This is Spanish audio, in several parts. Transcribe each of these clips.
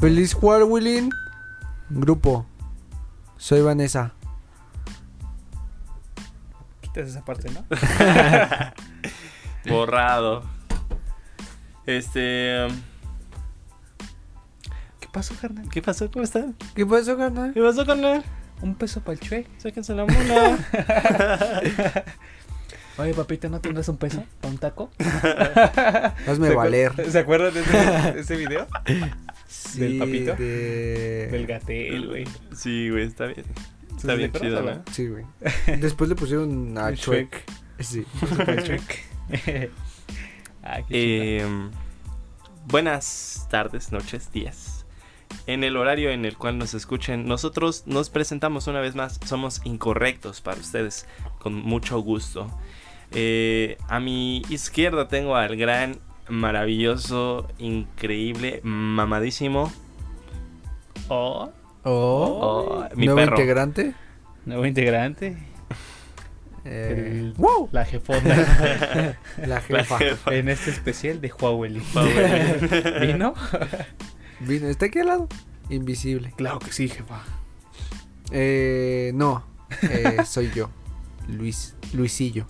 Feliz Warwilling. Grupo. Soy Vanessa. Quitas esa parte, ¿no? Borrado. Este. um, ¿Qué pasó, carnal? ¿Qué pasó? ¿Cómo están? ¿Qué pasó, carnal? ¿Qué pasó con él? Un peso para el chue. Sáquense la mona. Oye, papito, ¿no tendrás un peso para un taco? Hazme ¿Se acuer- valer. ¿Se acuerdan de ese, de ese video? Sí, papito? de- Del gatel, güey. Sí, güey, está bien. Está ¿Se bien acuerdan chido, o no? ¿no? Sí, güey. Después le pusieron a El Chuec. Sí. El Shrek. ah, qué Eh, buenas tardes, noches, días. En el horario en el cual nos escuchen, nosotros nos presentamos una vez más. Somos incorrectos para ustedes, con mucho gusto. Eh, a mi izquierda tengo al gran, maravilloso, increíble, mamadísimo. Oh, Oh. oh, mi Nuevo perro. integrante. chido. Nuevo integrante. Eh, El- ¡wow! La jefota. La La jefa. jefa. en este especial de Huawei. Huawei. ¿Vino? Vino. Está aquí al lado. Invisible. Claro que sí, jefa. Eh, no, eh, soy yo, Luis, Luisillo.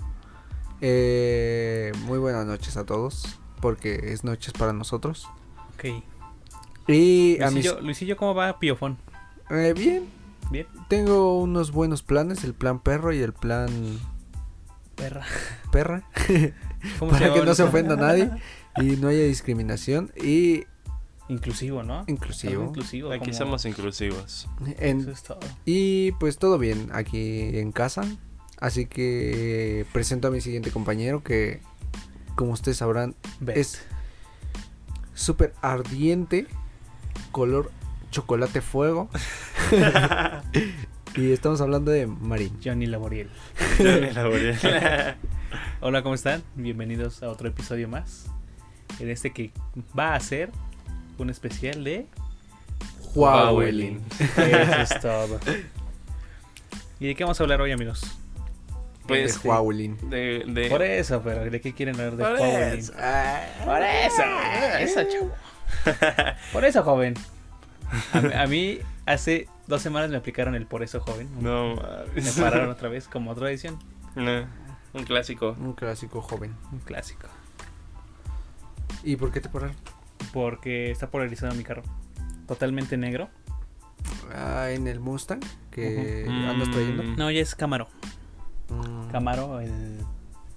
Eh, muy buenas noches a todos, porque es noches para nosotros. Ok. Y a mis... Luisillo, Luisillo, ¿cómo va Piofón? eh, bien, Bien. tengo unos buenos planes, el plan perro y el plan Perra. perra, ¿Cómo para que llamaba no se el- ofenda a nadie y no haya discriminación y Inclusivo, ¿no? Algo inclusivo. inclusivo. Aquí como- somos inclusivos. En- Eso es todo. y pues todo bien aquí en casa, así que presento a mi siguiente compañero que, como ustedes sabrán, Best. Es súper ardiente, color chocolate fuego. y estamos hablando de Marín. Johnny Laboriel. Ya me la voy a- Hola, ¿cómo están? Bienvenidos a otro episodio más. En este que va a ser un especial de... Huawei. Eso es todo. ¿Y de qué vamos a hablar hoy, amigos? Pues, Pues, de, de- Por eso, pero ¿de qué quieren hablar de Eh, Por Huawei? Por eso. eso. Eso, chavo. Por eso, joven. A, a mí hace dos semanas me aplicaron el por eso, joven. No, Me mames. pararon otra vez como otra edición. No, un clásico. Un clásico joven. Un clásico. ¿Y por qué te pararon? Porque está polarizado mi carro. Totalmente negro. Ah, en el Mustang que Ujú. andas trayendo. Mm. No, ya es Camaro. Mm, Camaro, el,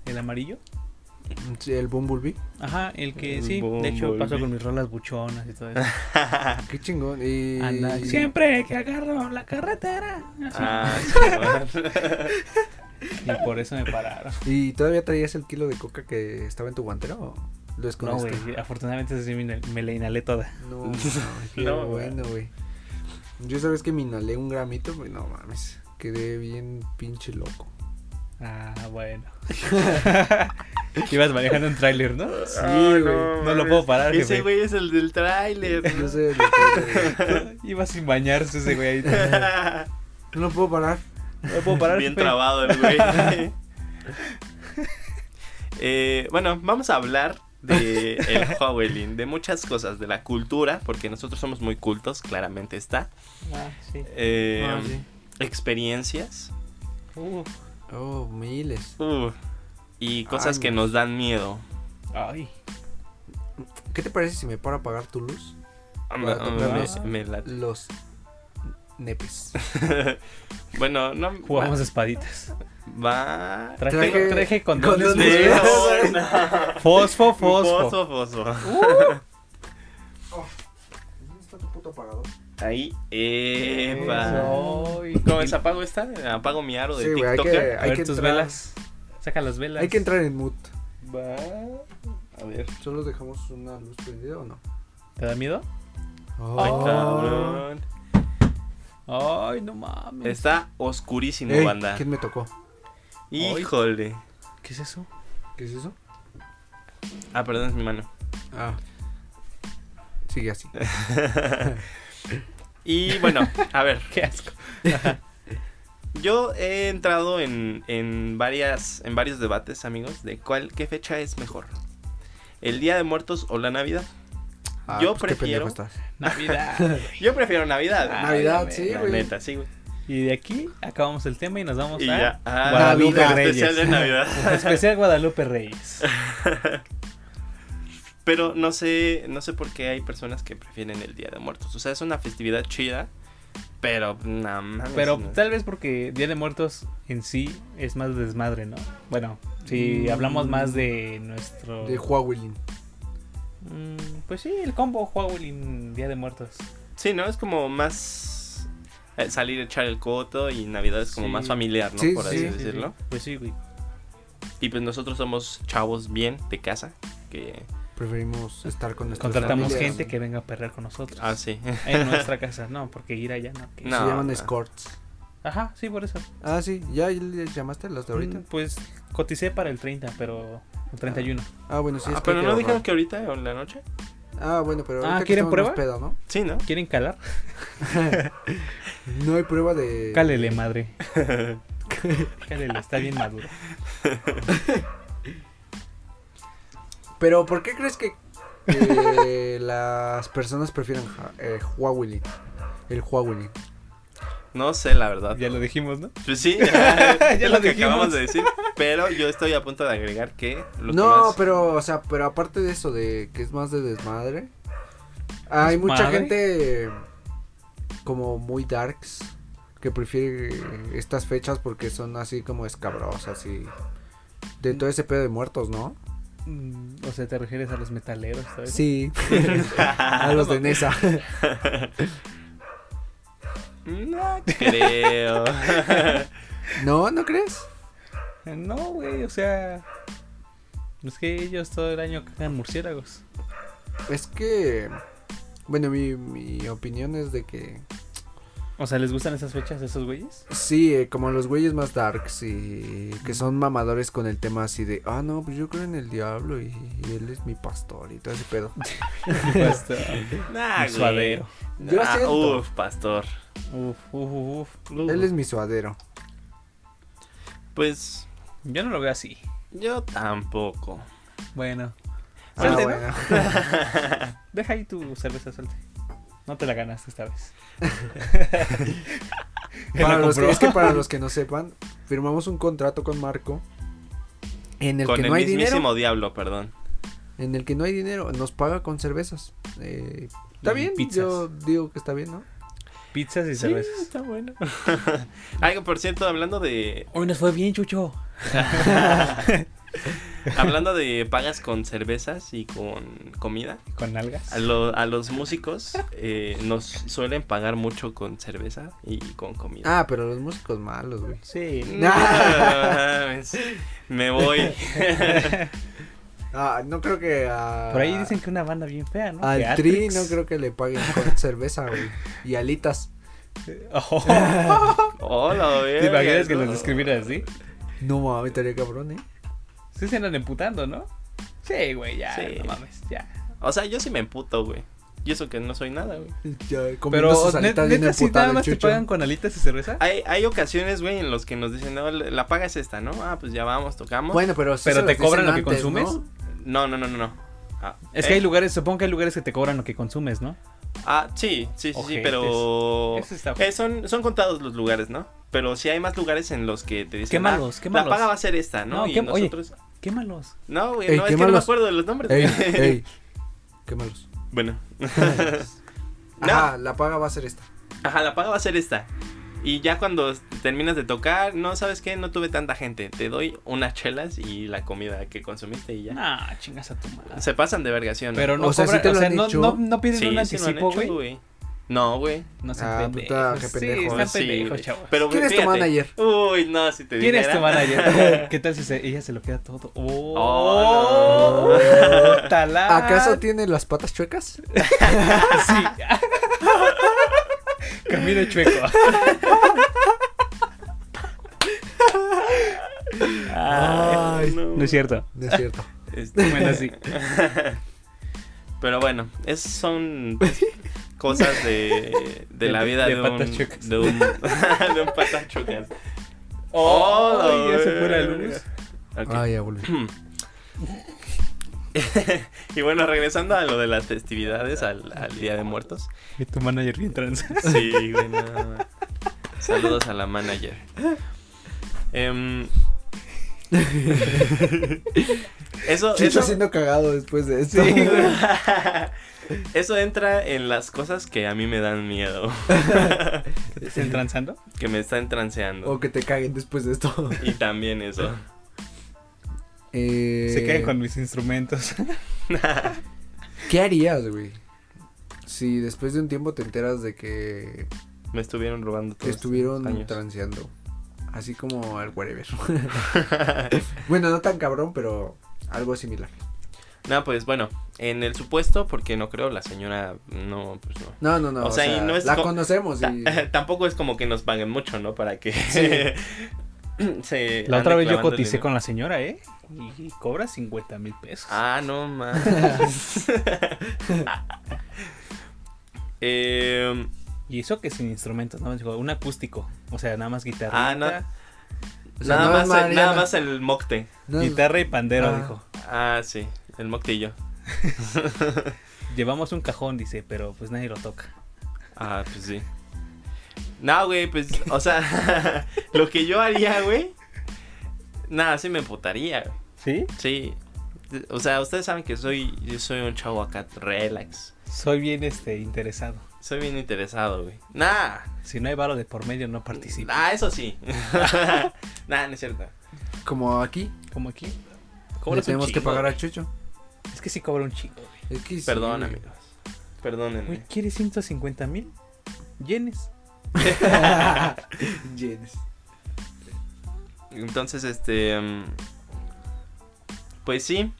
el amarillo. sí, el Bumblebee. Ajá, el que El sí. De hecho, Bumblebee. paso con mis rolas buchonas y todo eso. Qué chingón. Y... Ah. Anda, siempre que agarro la carretera. así. Ah, sí, Y por eso me pararon. ¿Y todavía traías el kilo de coca que estaba en tu guantera o lo No, escondiste? güey. Afortunadamente, esa sí me, me la inhalé toda. No, mames, qué No, güey. bueno, güey. Yo sabes que me inhalé un gramito, güey, no mames. Quedé bien pinche loco. Ah, bueno. Ibas manejando un tráiler, ¿no? Ah, güey. No lo puedo parar, Ese jefe. güey es el del tráiler. Yo sé lo que- güey. Iba sin bañarse ese güey ahí. No lo puedo parar. No lo puedo parar. Bien jefe. trabado el güey. Eh, bueno, vamos a hablar de el Huawei, de muchas cosas, de la cultura, porque nosotros somos muy cultos, claramente está. Ah, sí. Eh, Ah, sí. Experiencias Uh, Oh, miles. uh, y cosas Ay, que güey. nos dan miedo. ay. ¿Qué te parece si me paro a apagar tu luz? Me- Ah. me- me late. Los nepes. bueno, no. Jugamos espaditas. Va. Traje, Traje- traje, condones. condones. güey. De- Fosfo, fosfo. Fosfo, Uh. fosfo. ¿Dónde está tu puto apagador? Ahí. Epa. Eso. Ay. ¿Cómo es? ¿Apago esta? ¿Apago mi aro de Sí, güey, hay TikTok? que, A hay ver que tus entrar. velas. Saca las velas. Hay que entrar en mood. Va. A ver. ¿Solo dejamos una luz prendida o no? ¿Te da miedo? Ay, Oh. cabrón. Ay, no mames. Está oscurísimo, Ey, banda. ¿Quién me tocó? Híjole. ¿Qué es eso? ¿Qué es eso? Ah, perdón, es mi mano. Ah. Sigue así. y bueno, a ver. Qué asco. Yo he entrado en, en varias en varios debates, amigos, de cuál qué fecha es mejor. ¿El Día de Muertos o la Navidad? Ah, Yo pues, qué prefiero- pendejo estás. Navidad. Yo prefiero Navidad. Ah, Navidad, dame, sí, la güey. neta, sí, güey. Y de aquí acabamos el tema y nos vamos Y a ya. Ah, Guadalupe Navidad. Ah, Reyes. especial de Navidad. Especial Guadalupe Reyes. Pero no sé, no sé por qué hay personas que prefieren el Día de Muertos. O sea, es una festividad chida, pero nada más. Pero tal vez porque Día de Muertos en sí es más desmadre, ¿no? Bueno, si Mm. hablamos más de nuestro... De Huawei. Mm, pues sí, el combo Huawei en Día de Muertos. Sí, ¿no? Es como más eh, salir a echar el coto y Navidad es como Sí. más familiar, ¿no? Sí, por así sí, sí, decirlo. Pues sí, güey. Y pues nosotros somos chavos bien de casa, que... Preferimos estar con nuestras Contratamos familias. gente que venga a perrear con nosotros. Ah, sí. En nuestra casa, no, porque ir allá no. que- Se No, llaman no. escorts. Ajá, sí, por eso. Ah, sí. ¿Ya les llamaste a los de ahorita? Mm, Pues coticé para el 30, pero el 31. Ah, bueno, sí. es Ah, que pero hay no que dijeron ahorrar. que ahorita o en la noche. Ah, bueno, pero Ah, ahorita que ¿quieren estamos más prueba? pedo, ¿no? Sí, ¿no? ¿Quieren calar? No hay prueba de... Cálele, madre. Cálele, está bien maduro. Pero, ¿por qué crees que que las personas prefieren ja- eh, Huawei? El Huawei. No sé, la verdad. Ya lo dijimos, ¿no? Pues sí, ya, Ya es lo lo que dijimos. acabamos de decir. Pero yo estoy a punto de agregar que... los No, demás- pero, o sea, pero aparte de eso, de que es más de desmadre, hay mucha ¿Desmadre? gente como muy darks que prefiere estas fechas porque son así como escabrosas y de todo ese pedo de muertos, ¿no? Mm, O sea, te refieres a los metaleros, ¿sabes? Sí, a los de Nesa. No creo. ¿No? ¿No crees? No, güey, o sea. Es que ellos todo el año cagan murciélagos. Es que, bueno, mi, mi opinión es de que O sea, ¿les gustan esas fechas a esos güeyes? Sí, eh, como los güeyes más darks y que son mamadores con el tema así de, ah, no, pues yo creo en el diablo y, y él es mi pastor y todo ese pedo. Pues, uh, Nah, un güey. suadero. Yo Ah, siento. uf, pastor. Uf, uf, uf, uf. Él es mi suadero. Pues Yo no lo veo así. yo tampoco. Bueno, Ah, Suelte, ¿no? bueno. deja ahí tu cerveza, suelta. No te la ganaste esta vez. Él la Para los que- compró. es que para los que no sepan, firmamos un contrato con Marco en el Con que el no hay mismísimo dinero. diablo, perdón. En el que no hay dinero, nos paga con cervezas. Eh, está Y bien, pizzas. yo digo que está bien, ¿no? Pizzas y cervezas. está bueno. Algo, por cierto, hablando de. Hoy nos fue bien, Chucho. hablando de pagas con cervezas y con comida. Con algas. A, lo- a los músicos eh, nos suelen pagar mucho con cerveza y con comida. Ah, pero los músicos malos, güey. Sí. No mames, Me voy. Ah, no creo que a... Por ahí dicen que una banda bien fea, ¿no? Al Tri Teatrix. no creo que le paguen con cerveza, güey. Y alitas. Oh, Hola, ¿Te imaginas que los describieras así? No mames, estaría cabrón, ¿eh? Sí se andan emputando, ¿no? Sí, güey, ya, Sí. no mames, ya. O sea, yo sí me emputo, güey. Y eso que no soy nada, güey. Ya, comiendo Pero sus ne- alitas bien neta, si emputado nada el más te chucho. pagan con alitas y cerveza. Hay, hay ocasiones, güey, en los que nos dicen, no, la paga es esta, ¿no? Ah, pues ya vamos, tocamos. Bueno, pero sí Pero se te las dicen cobran lo que antes, ¿no? consumes. No, no, no, no, no. Ah, Es eh, que hay lugares, supongo que hay lugares que te cobran lo que consumes, ¿no? Ah, sí, sí, sí, sí, Ojetes. pero... Eso está- eh, son, son contados los lugares, ¿no? Pero sí hay más lugares en los que te dicen... Qué ah, malos, qué La malos. paga va a ser esta, ¿no? No, y qué- oye. nosotros... Quémalos. No, güey, Ey, no, qué es que no me malos. acuerdo de los nombres. Ey, güey. ey. Qué malos. Bueno. Ah, la paga va a ser esta. Ajá, la paga va a ser esta. Y ya cuando terminas de tocar, no, ¿sabes qué? No tuve tanta gente. Te doy unas chelas y la comida que consumiste y ya. Nah, chingas a tu madre. Se pasan de vergación. Pero no O sea, cobran, ¿sí te o lo sea, han no, hecho? no, no piden sí, un sí lo han anticipo, hecho, güey. güey. No, güey. no sean Ah, puta, pendejos. qué Sí, pendejos. están Sí, pendejos, güey. chavos. Pero, güey, ¿Quién es tu fíjate. manager? Uy, no, si te ¿Quién es tu dijera. manager? ¿Qué tal si se- ella se lo queda todo? ¡Oh! Oh, no. ¡Tala! ¿Acaso tiene las patas chuecas? Sí. Camino chueco. Ay, no. No es cierto. no es cierto. Este, Bueno, sí. Pero bueno, es, son cosas de, de la De- vida de de, patas un, chuecas. de un. de un patas chuecas. Oh, ¡Oh! la ya se fue la verga. luz. Ok. Ay, ya volví. y bueno, regresando a lo de las festividades, al, al Día de Muertos. Y tu manager bien trans. Sí, güey, no. Saludos a la manager. Em, eso, Sí, está eso, siendo cagado después de Sí, esto. güey. Eso entra en las cosas que a mí me dan miedo, ¿Te estén transando? que me están transeando. o que te caguen después de esto. Y también eso. Eh, Se caen con mis instrumentos. ¿Qué harías, güey? Si después de un tiempo te enteras de que Me estuvieron robando te todo. estuvieron transeando. Así como al whatever. bueno, no tan cabrón, pero algo similar. No, pues bueno, en el supuesto, porque no creo, la señora no, pues no. No, no, no. O O, sea, y sea, no es la co- conocemos y... Ta- Tampoco es como que nos paguen mucho, ¿no? Para que... se La ande otra vez yo clavando el coticé dinero. con la señora, ¿eh? Y cobra 50 mil pesos. Ah, no más. eh, Y eso que sin instrumentos, nada más dijo, un acústico. O sea, nada más guitarra. Ah, no. O sea, nada, no es más, el, nada Mariana. más el mocte. no, Guitarra y pandero, Ah. dijo. Ah, sí, el moctillo. Llevamos un cajón, dice, pero pues nadie lo toca. Ah, pues sí. No, güey, pues, o sea, lo que yo haría, güey. Nada, sí me emputaría, güey. ¿Sí? Sí. O sea, ustedes saben que soy, yo soy un chavo acá, relax. Soy bien este interesado. Soy bien interesado, güey. Nah. Si no hay varo de por medio, no participo. Ah, eso sí. nah, no es cierto. Como aquí, Como aquí. le Cobras un tenemos que chingo, pagar güey. a Chucho. Es que sí cobra un chico. Es que sí, Perdón, güey. amigos. Perdónenme. Güey, ¿quieres 150 mil yenes? Yenes. Entonces, este. mm, Pues sí.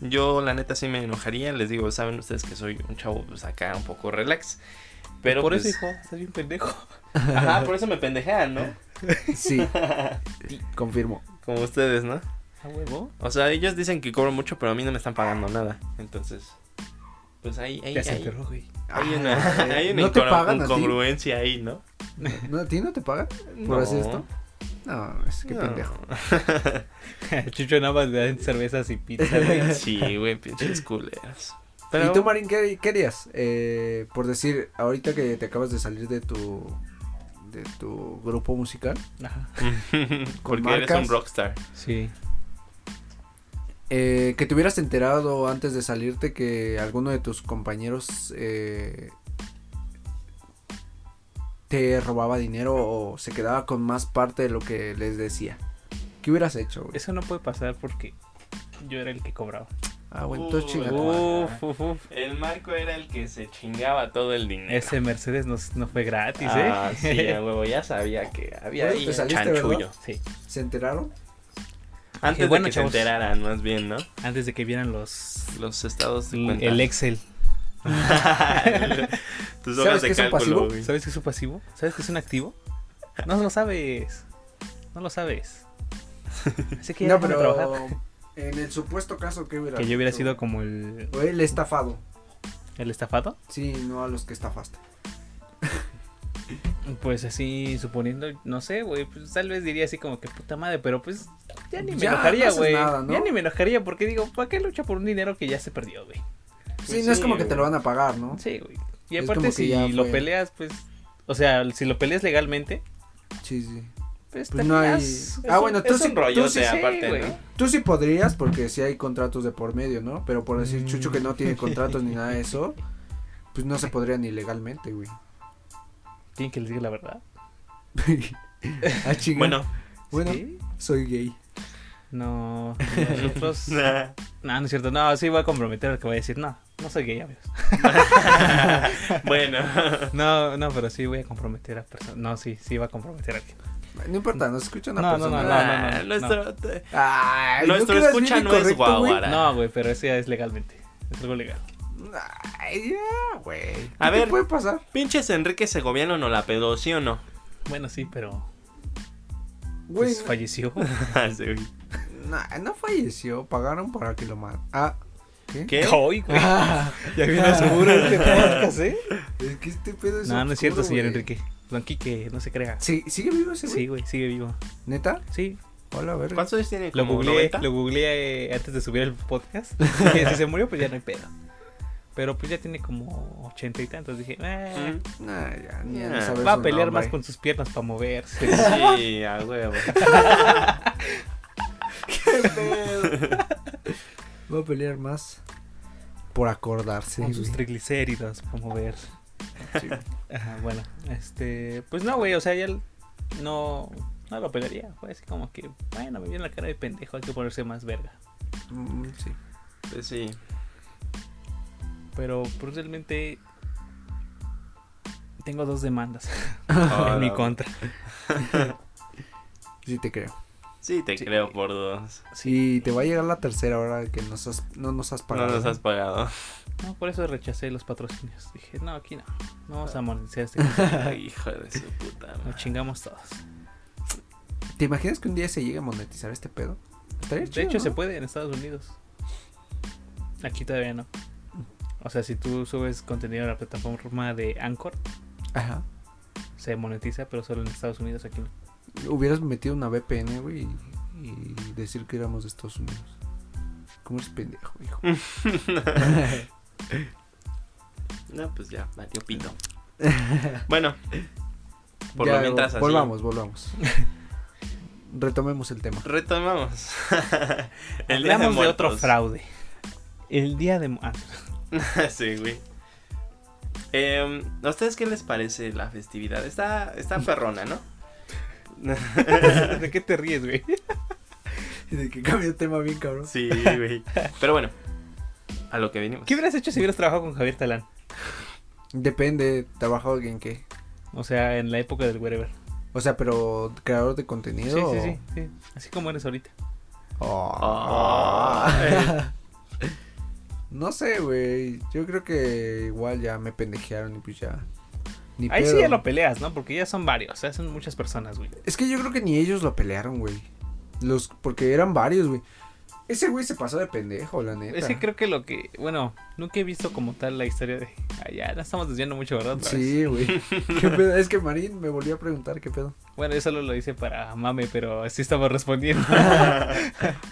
Yo, la neta, sí me enojaría. Les digo, saben ustedes que soy un chavo, pues acá un poco relax. Pero por pues, eso, hijo, estás bien pendejo. Ajá, por eso me pendejean, ¿no? Sí, confirmo. Como ustedes, ¿no? A huevo. O sea, ellos dicen que cobro mucho, pero a mí no me están pagando nada. Entonces, pues ahí. ahí, Ya se ahí- enterró, güey. hay una, Ah, hay una ¿No te incongru- pagan a ti? incongruencia ahí, ¿no? ¿No, ¿A ti no te pagan por No. hacer esto? No, es que No. pendejo. El Chucho nada más le dan cervezas y pizza. güey. Sí, güey, pinches culeras. ¿Y tú, Marín, qué, qué harías? Eh, por decir, ahorita que te acabas de salir de tu de tu grupo musical, Ajá. Porque eres un marcas? Ah, rockstar. Sí. eh, que te hubieras enterado antes de salirte que alguno de tus compañeros eh, te robaba dinero o se quedaba con más parte de lo que les decía. ¿Qué hubieras hecho? güey? Eso no puede pasar porque yo era el que cobraba. Ah, bueno, entonces Uh, chinga tu madre. Uf, uf, uf. El Marco era el que se chingaba todo el dinero. Ese Mercedes no, no fue gratis, ¿eh? Ah, sí, a huevo, ya sabía que había Bueno, ahí te saliste, chanchullo. ¿verdad? Sí. ¿Se enteraron? Antes Qué bueno, de que chavos. se enteraran, más bien, ¿no? Antes de que vieran los. Los estados de cuenta. Mm, El Excel. Tus ¿Sabes hojas qué de es un pasivo? cálculo, güey. ¿Sabes qué es un pasivo? ¿Sabes qué es un activo? No lo sabes. No lo sabes. Así que ya No, no, pero... trabajar. pero en el supuesto caso que hubiera Que yo hubiera hecho? sido como el, O el estafado. el estafado. Sí, no a los que estafaste. Pues así, suponiendo, no sé, güey, pues tal vez diría así como que puta madre, pero pues ya ni me Ya, no enojaría, haces güey. nada, ¿no? Ya ni me enojaría porque digo, ¿para qué lucha por un dinero que ya se perdió, güey? Sí, Pues no es sí, como que te güey. lo van a pagar, ¿no? Sí, güey. Y Es aparte como que si ya lo fue. peleas, pues, o sea, si lo peleas legalmente, Sí, sí. pues, Pues te no hay- peleas. Ah, bueno, tú es sí- un tú rollote sí sé, aparte, güey. ¿no? Tú sí podrías, porque sí hay contratos de por medio, ¿no? Pero por decir Mm. Chucho que no tiene contratos ni nada de eso, pues no se podría ni legalmente, güey. Tienen que les diga la verdad. ah, chinga. Bueno, Bueno, ¿Sí? soy gay. No, nosotros... no, no es cierto, no, sí voy a comprometer al que voy a decir, no, no soy gay, amigos. bueno. No, no, pero sí voy a comprometer a personas. No, sí, sí va a comprometer a alguien. No importa, nos escucha una No, no, persona. no, no. Ah, Nuestro Ay, ¿no nuestro quedas bien escucha no es incorrecto, güey? guaguara. No, güey, pero eso ya es legalmente. Es algo legal. Ay, ya, güey. A ¿Qué te ver. puede pasar? Pinches Enrique Segoviano no la pedó, ¿sí o no? Bueno, sí, pero Güey, pues, falleció. Ah, Sí, güey. no, no falleció, pagaron para que lo mataran. Ah, ¿qué? ¿Qué? Ay, güey. Ah, Ya viene seguro este podcast, ¿eh? es que este pedo es No, no es cierto, oscuro, señor güey. Enrique. Don Quique, no se crea. Sí, ¿Sigue vivo ese güey? Sí, güey, sigue vivo. ¿Neta? Sí, Hola, verga. ¿Cuántos años tiene? Lo ¿Como googleé, 90? lo googleé eh, antes de subir el podcast. Y si se murió, pues ya no hay pedo. Pero pues ya tiene como ochenta y tantos. Dije, eh, Mm. Nah, ya, ni Nah. sabes va a su pelear nombre. más con sus piernas para moverse. Sí, a huevo. Qué pedo. Va a pelear más por acordarse. con sus güey. triglicéridos para moverse. Sí. Ajá, bueno, este, pues no, güey, o sea, ya el- no, no lo pelearía, fue así como que, bueno, me viene la cara de pendejo, hay que ponerse más verga. Mm, sí. Pues sí. Pero pues, realmente tengo dos demandas Ah, Ahora, en mi contra. Sí te creo. Sí, te Sí. creo por dos. Sí, te va a llegar la tercera hora que nos has- no nos has pagado. No nos has pagado. No, por eso rechacé los patrocinios. Dije, no, aquí no, no Ah. vamos a monetizar este. Ay, hijo de su puta Nos madre. chingamos todos. ¿Te imaginas que un día se llegue a monetizar este pedo? Estaría De chido, hecho, ¿no? se puede en Estados Unidos. Aquí todavía no. O sea, si tú subes contenido a la plataforma de Anchor, Ajá. se monetiza, pero solo en Estados Unidos, aquí no. Hubieras metido una VPN, güey, y, y decir que éramos de Estados Unidos. ¿Cómo eres pendejo, hijo? No, pues ya, valió pito. Bueno, por Ya, lo mientras así. Volvamos, volvamos. Retomemos el tema. Retomamos. El día Hablamos de, otro muertos. fraude. El día de. mu- ah, sí, güey. Em, ¿A ustedes qué les parece la festividad? Está, está perrona, ¿no? ¿De qué te ríes, güey? De que cambia el tema bien, cabrón. Sí, güey. Pero bueno, a lo que venimos. ¿Qué hubieras hecho si hubieras trabajado con Javier Talán? Depende, trabajado en qué. O sea, en la época del wherever. O sea, pero creador de Sí, contenido. sí, o- sí, sí. Así como eres ahorita. Oh. Ah, No sé, güey. Yo creo que igual ya me pendejearon y pues ya. Ni Ahí sí pedo. ya lo peleas, ¿no? Porque ya son varios, o sea, son muchas personas, güey. Es que yo creo que ni ellos lo pelearon, güey. Los, porque eran varios, güey. Ese güey se pasó de pendejo, la neta. Es que creo que lo que. Bueno, nunca he visto como tal la historia de. Ah, ya, la estamos desviando mucho, ¿verdad? Otra vez. Sí, güey. ¿Qué pedo? Es que Marín me volvió a preguntar qué pedo. Bueno, yo solo lo hice para mame, pero así estamos respondiendo.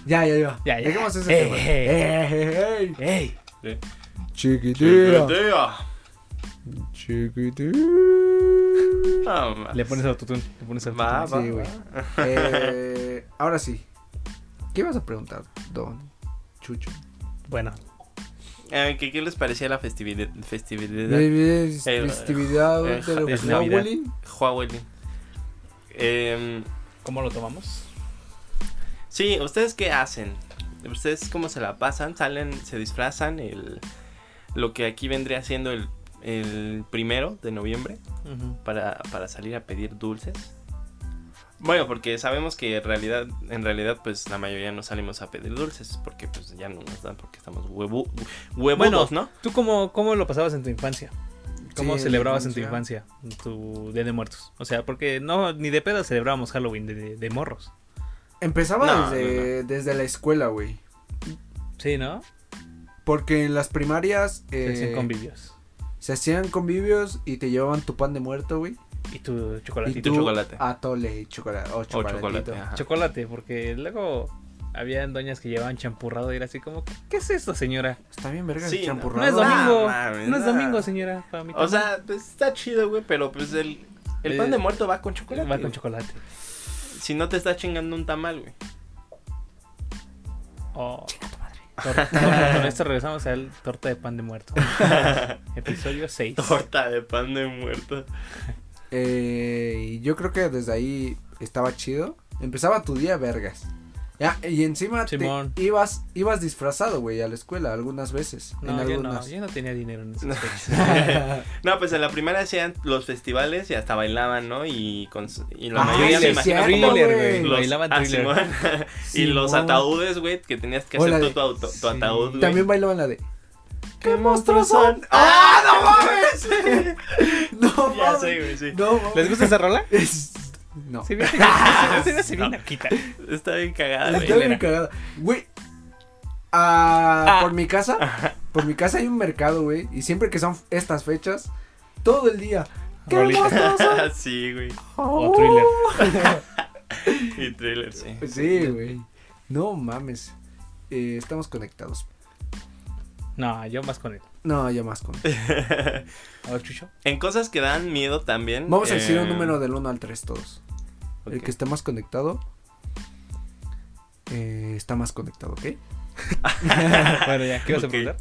Ya, ya, ya. Ya, Eh, ya. Dejemos ese Ey, tema. ey. Ey, ey, ey. ¡Ey! eh. Chiquitilla. Chiquitea. Chiquitilla. No, más. Le pones autotune, le pones autotune. Va, va, Sí, güey. va. Eh, ahora sí. ¿Qué ibas a preguntar, Don Chucho? Bueno, Eh, ¿qué, qué les parecía la festividad? festividad? Festividad eh, festividad eh, de los es Navidad. Nahuelin. Huawei. Em, ¿cómo lo tomamos? Sí, ¿ustedes qué hacen? ¿Ustedes cómo se la pasan? ¿Salen, se disfrazan? El, lo que aquí vendría siendo el, el primero de noviembre Ujú. para, para salir a pedir dulces. Bueno, porque sabemos que en realidad, en realidad, pues la mayoría no salimos a pedir dulces porque pues ya no nos dan porque estamos huevu, huevudos, ¿no? ¿Tú cómo, cómo lo pasabas en tu infancia? ¿Cómo Sí, en celebrabas mi en tu infancia tu Día de Muertos? O sea, porque no, ni de pedo celebrábamos Halloween de, de- de morros. Empezaba No, desde, desde la escuela, güey. Sí, ¿no? Porque en las primarias Se hacían eh, convivios. se hacían convivios y te llevaban tu pan de muerto, güey. Y tu Y chocolatito. tu chocolate. atole y chocolate. O O chocolatito. chocolate. ajá. Chocolate, porque luego habían doñas que llevaban champurrado y era así como, ¿qué, qué es esto, señora? Está bien, verga, Sí, el no. No champurrado. es domingo. Ah, mames, no es no. domingo, señora. Para mí O sea, pues está chido, güey, pero pues el, el pan de Eh, muerto va con también. chocolate. va con güey. chocolate. Si no te estás chingando un tamal, güey. Oh. Tor- no, con esto regresamos al torta de pan de muerto. Episodio 6. Torta de pan de muerto. Eh, y yo creo que desde ahí estaba chido. Empezaba tu día, vergas. Ya, y encima te Simón. ibas, ibas disfrazado, güey, a la escuela algunas veces. en No, yo no, algunas. yo no tenía dinero en No. esos fechas. No, pues en la primera hacían los festivales y hasta bailaban, ¿no? Y, con, y la Ah, mayoría sí, me es imagino cierto, como güey. los- Bailaban ah, thriller. Simón. y los Simón. ataúdes, güey, que tenías que O la hacer tú de- tu, auto- tu sí. ataúd, güey. También bailaban la de. ¡Qué monstruos son? ¡Ah, no No, mames! ya mames, sé, güey, sí. No, mames. ¿Les gusta esa rola? Ah, Es- No. Se ve se ve- se ve- se ve naquita. Está bien cagada, Está güey. bien cagada. Güey. ah, Ah. Por mi casa. Por mi casa hay un mercado, güey. Y siempre que son estas fechas, todo el día. ¿Qué Rolita. monstruos son? sí, güey. O thriller. Y thriller, sí. Pues Sí, güey. No mames. Eh, estamos conectados. No, yo más con él. No, ya más con. A ver, Chucho. En cosas que dan miedo también. Vamos a decir eh, un número del 1 al 3 todos. ok. El que esté más conectado eh, está más conectado, ¿ok? bueno, ya, ¿qué vas a Ok. preguntar?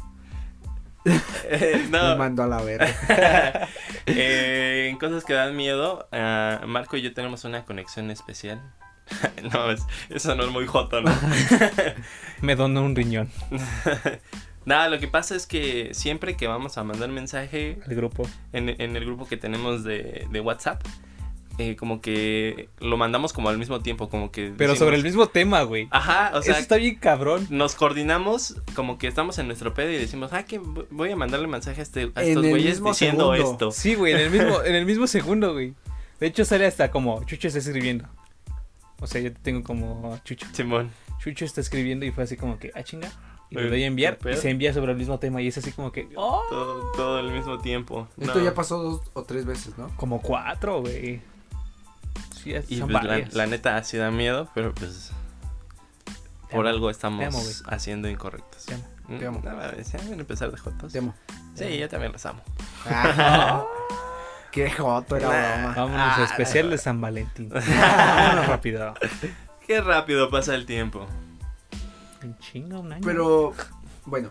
Eh, Me no. mando a la verga. Eh, en cosas que dan miedo, ah, Marco y yo tenemos una conexión especial. no, es, eso no es muy joto, ¿no? Me donó un riñón Nada, lo que pasa es que siempre que vamos a mandar mensaje al grupo. en, en el grupo que tenemos de, de WhatsApp, eh, como que lo mandamos como al mismo tiempo, como que... Pero decimos- sobre el mismo tema, güey. Ajá, o sea, Eso está bien cabrón. nos coordinamos como que estamos en nuestro pedo y decimos, ah, que vo- voy a mandarle mensaje a, este, a En estos el güeyes mismo diciendo segundo. esto. Sí, güey, en el mismo, en el mismo segundo, güey. De hecho, sale hasta como Chucho está escribiendo. O sea, yo tengo como Chucho. Simón. Chucho está escribiendo y fue así como que, ah, chinga. Y le Eh, doy a enviar ¿qué y pedo? se envía sobre el mismo tema. Y es así como que, oh, Todo, todo al mismo tiempo. Esto No. ya pasó dos o tres veces, ¿no? como cuatro, güey. Sí, Y son pues, la, varias. la neta sí da miedo, pero pues Te por amo, algo te amo, estamos güey. haciendo incorrectos. Te amo. Mm, Te amo. no mames, ya van a empezar de jotos. Te amo. Sí, yo también los amo. Ah, Qué joto era Nah. broma. Vámonos Ah. a especial de San Valentín. Vámonos rápido. Qué rápido pasa el tiempo. Un chingo, un año. Pero, bueno.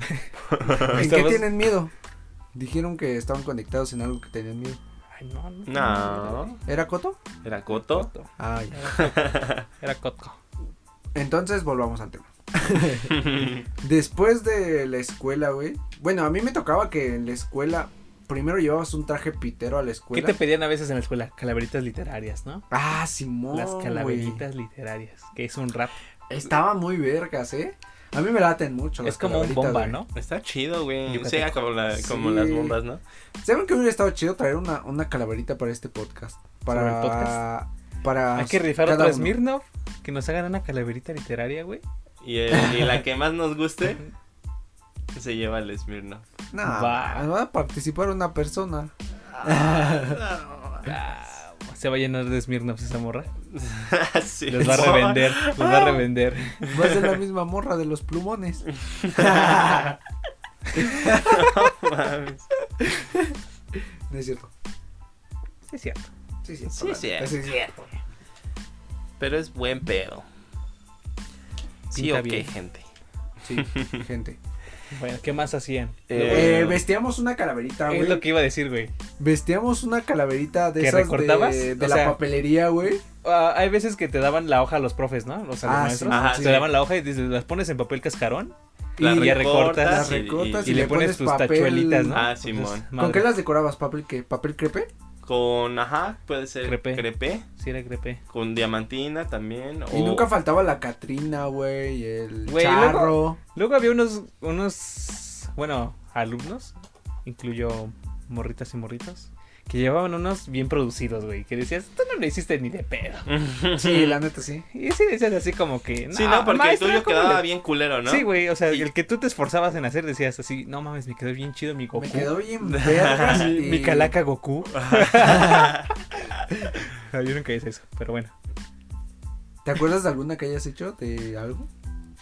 ¿En qué Estabas- tienen miedo? Dijeron que estaban conectados en algo que tenían miedo. Ay, no, no. No, ¿Era Coto? era Coto. Ah, ya. Era Cotco. Entonces volvamos al tema. Después de la escuela, güey. Bueno, a mí me tocaba que en la escuela primero llevabas un traje pitero a la ¿Qué escuela. te pedían a veces en la escuela? Calaveritas literarias, ¿no? Ah, Simón. Las güey. calaveritas literarias, que es un rap. Estaba muy vergas, ¿eh? A mí me laten mucho. las es como un calaveritas, bomba, güey. ¿no? Está chido, güey. Yucateco. Sí, como, la- como Sí. las bombas, ¿no? ¿Saben que hubiera estado chido traer una, una calaverita para este podcast? Para ¿Sobre el podcast? Para Hay que rifar cada otra uno. Smirnoff, que nos hagan una calaverita literaria, güey. Y, el- y la que más nos guste se lleva el Smirnoff. No, Va. va a participar una persona. Ah, se va a llenar de Smirnoffs esa morra. Sí, Los va a revender, los va a revender. Va a ser la misma morra de los plumones. No mames. No es cierto. Sí, es cierto. Sí, sí, Sí, sí. es cierto. Pero es buen pedo. Sí, Pinta ok, bien. gente. Sí, gente. Bueno, ¿qué más hacían? Eh, Eh, vestíamos una calaverita, es Ah, güey. lo que iba a decir, güey. Vestíamos una calaverita de ¿Que esas recortabas? de, de O la sea- papelería, güey. Ah, hay veces que te daban la hoja a los profes, ¿no? O sea, los Ah, maestros. sí, Ajá, sí. Te daban la hoja y dices, las pones en papel cascarón. Y La Y ya las recortas. y- recortas y- y, y le le, pones pones tus papel... tachuelitas, ¿no? Ah, Simón. ¿Con qué las decorabas? ¿Papel qué? ¿Papel crepe? Con, ajá, puede ser Crepe. crepe. Sí, era crepe. Con diamantina también. Y Oh. o- nunca faltaba la Catrina, güey, el Güey, charro. Luego había unos, unos, bueno, alumnos, incluyo morritas y morritos, que llevaban unos bien producidos, güey, que decías, tú no lo hiciste ni de pedo. Sí, la neta sí. Y sí decías así como que, no, Sí, no, porque maestra, el tuyo ¿cómo quedaba le-?" bien culero, ¿no? Sí, güey, o sea, Y- el que tú te esforzabas en hacer decías así, no mames, me quedó bien chido mi Goku. Me quedó bien vergas Mi- y- Mi calaca Goku. No, Yo nunca hice eso, pero bueno. ¿Te acuerdas de alguna que hayas hecho de algo?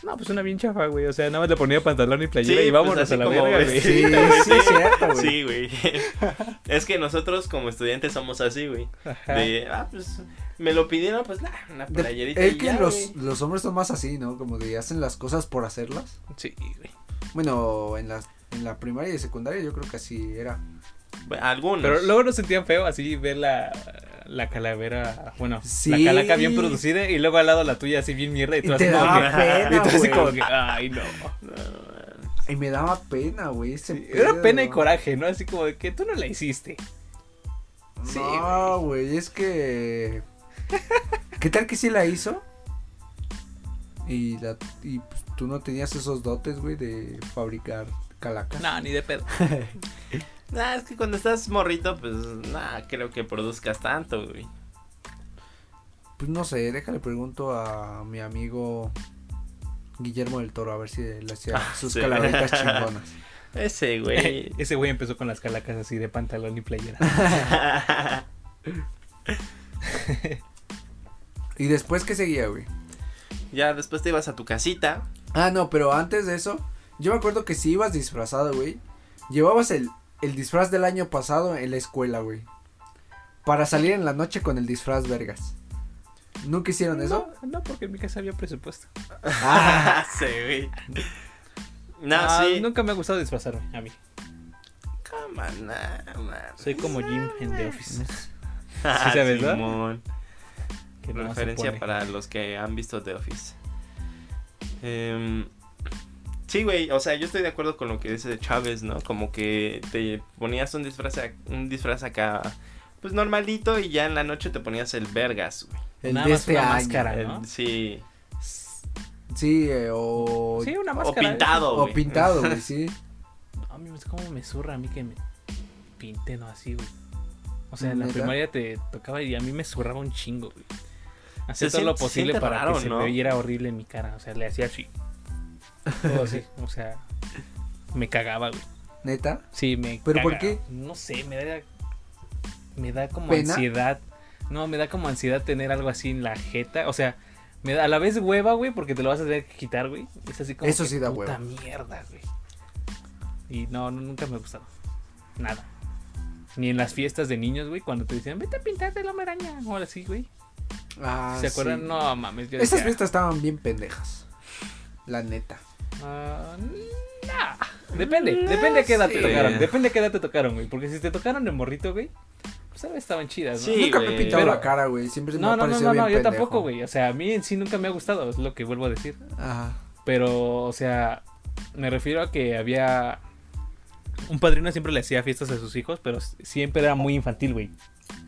No, pues una bien chafa, güey. O sea, nada más le ponía pantalón y Sí, playera y pues, vámonos así a la como verga, güey. Sí, Sí, güey, sí, es cierto, sí. güey. Sí, güey. es que nosotros como estudiantes somos así, güey. Ajá. De, ah, pues, me lo pidieron, pues, nah, una De- playerita es y que ya, los, güey. los hombres son más así, ¿no? Como de hacen las cosas por hacerlas. Sí, güey. Bueno, en la, en la primaria y secundaria yo creo que así era. Bueno, Algunos. Pero luego nos sentían feo así ver la, la calavera, bueno, Sí. la calaca bien producida y luego al lado la tuya así bien mierda y Y tú así te como daba que- pena, y tú así güey. como que, ay no. Y me daba pena, güey. ese Era pedo. pena y coraje, ¿no? Así como de que tú no la hiciste. Sí, No, güey, es que. ¿Qué tal que sí la hizo? Y, la, y pues, tú no tenías esos dotes, güey, de fabricar calacas. No, ni de pedo. Nah, es que cuando estás morrito, pues, nah, creo que produzcas tanto, güey. Pues no sé, déjale pregunto a mi amigo Guillermo del Toro a ver si le hacía Ah, sus sí. calaveritas chingonas. Ese, güey. Ese güey empezó con las calacas así de pantalón y playera. ¿Y después qué seguía, güey? Ya después te ibas a tu casita. Ah, no, pero antes de eso, yo me acuerdo que si ibas disfrazado, güey, llevabas el, el disfraz del año pasado en la escuela, güey. Para salir en la noche con el disfraz, vergas. ¿Nunca hicieron eso? No, no, porque en mi casa había presupuesto. sí, güey. Ah. No, Ah, sí. Nunca me ha gustado disfrazarme a mí. Come on, no, man. Soy como Jim en The Office. Ah, sabes, ¿verdad? Simón. Que no se Referencia pone. para los que han visto The Office. Em, sí, güey, o sea, yo estoy de acuerdo con lo que dice Chávez, ¿no? Como que te ponías un disfraz, ac- un disfraz acá, pues normalito, y ya en la noche te ponías el vergas, güey. El Nada de más este una año. máscara. El- ¿no? Sí, Sí, eh, o. Sí, una o máscara. ¿eh? pintado, o güey. pintado, güey, sí. A mí es como me zurra a mí que me pinten o así, güey. O sea, en la ¿Neta? primaria te tocaba y a mí me zurraba un chingo, güey. Hacía Se todo lo siente- se posible siente para raro, que se ¿no? me viera horrible en mi cara. O sea, le hacía así. Todo así. O sea, me cagaba, güey. Neta. Sí, me ¿Pero por caga. qué? No sé, me da. Me da como ¿Pena? ansiedad. No, me da como ansiedad tener algo así en la jeta. O sea, me da a la vez hueva, güey, porque te lo vas a tener que quitar, güey. Es así como. Eso que sí da hueva. puta mierda, güey. Y no, no, nunca me ha gustado. Nada. Ni en las fiestas de niños, güey, cuando te decían, vete a pintarte la maraña. O así, güey. Ah, ¿Se acuerdan? sí. No mames. Yo Esas decía, fiestas estaban bien pendejas. La neta. "Ah, nah". Depende, depende a qué edad te Sí. tocaron. Depende a qué edad te tocaron, güey. Porque si te tocaron de morrito, güey, pues tal vez estaban chidas, ¿no? Sí, Nunca me he güey. pintado Pero- la cara, güey. Siempre me No, ha no, no, parecido no, pues, bien no, yo pendejo. tampoco, güey. O sea, a mí en sí nunca me ha gustado, es lo que vuelvo a decir. Ajá. Pero, o sea, me refiero a que había. Un padrino siempre le hacía fiestas a sus hijos, pero s- siempre era muy infantil, güey.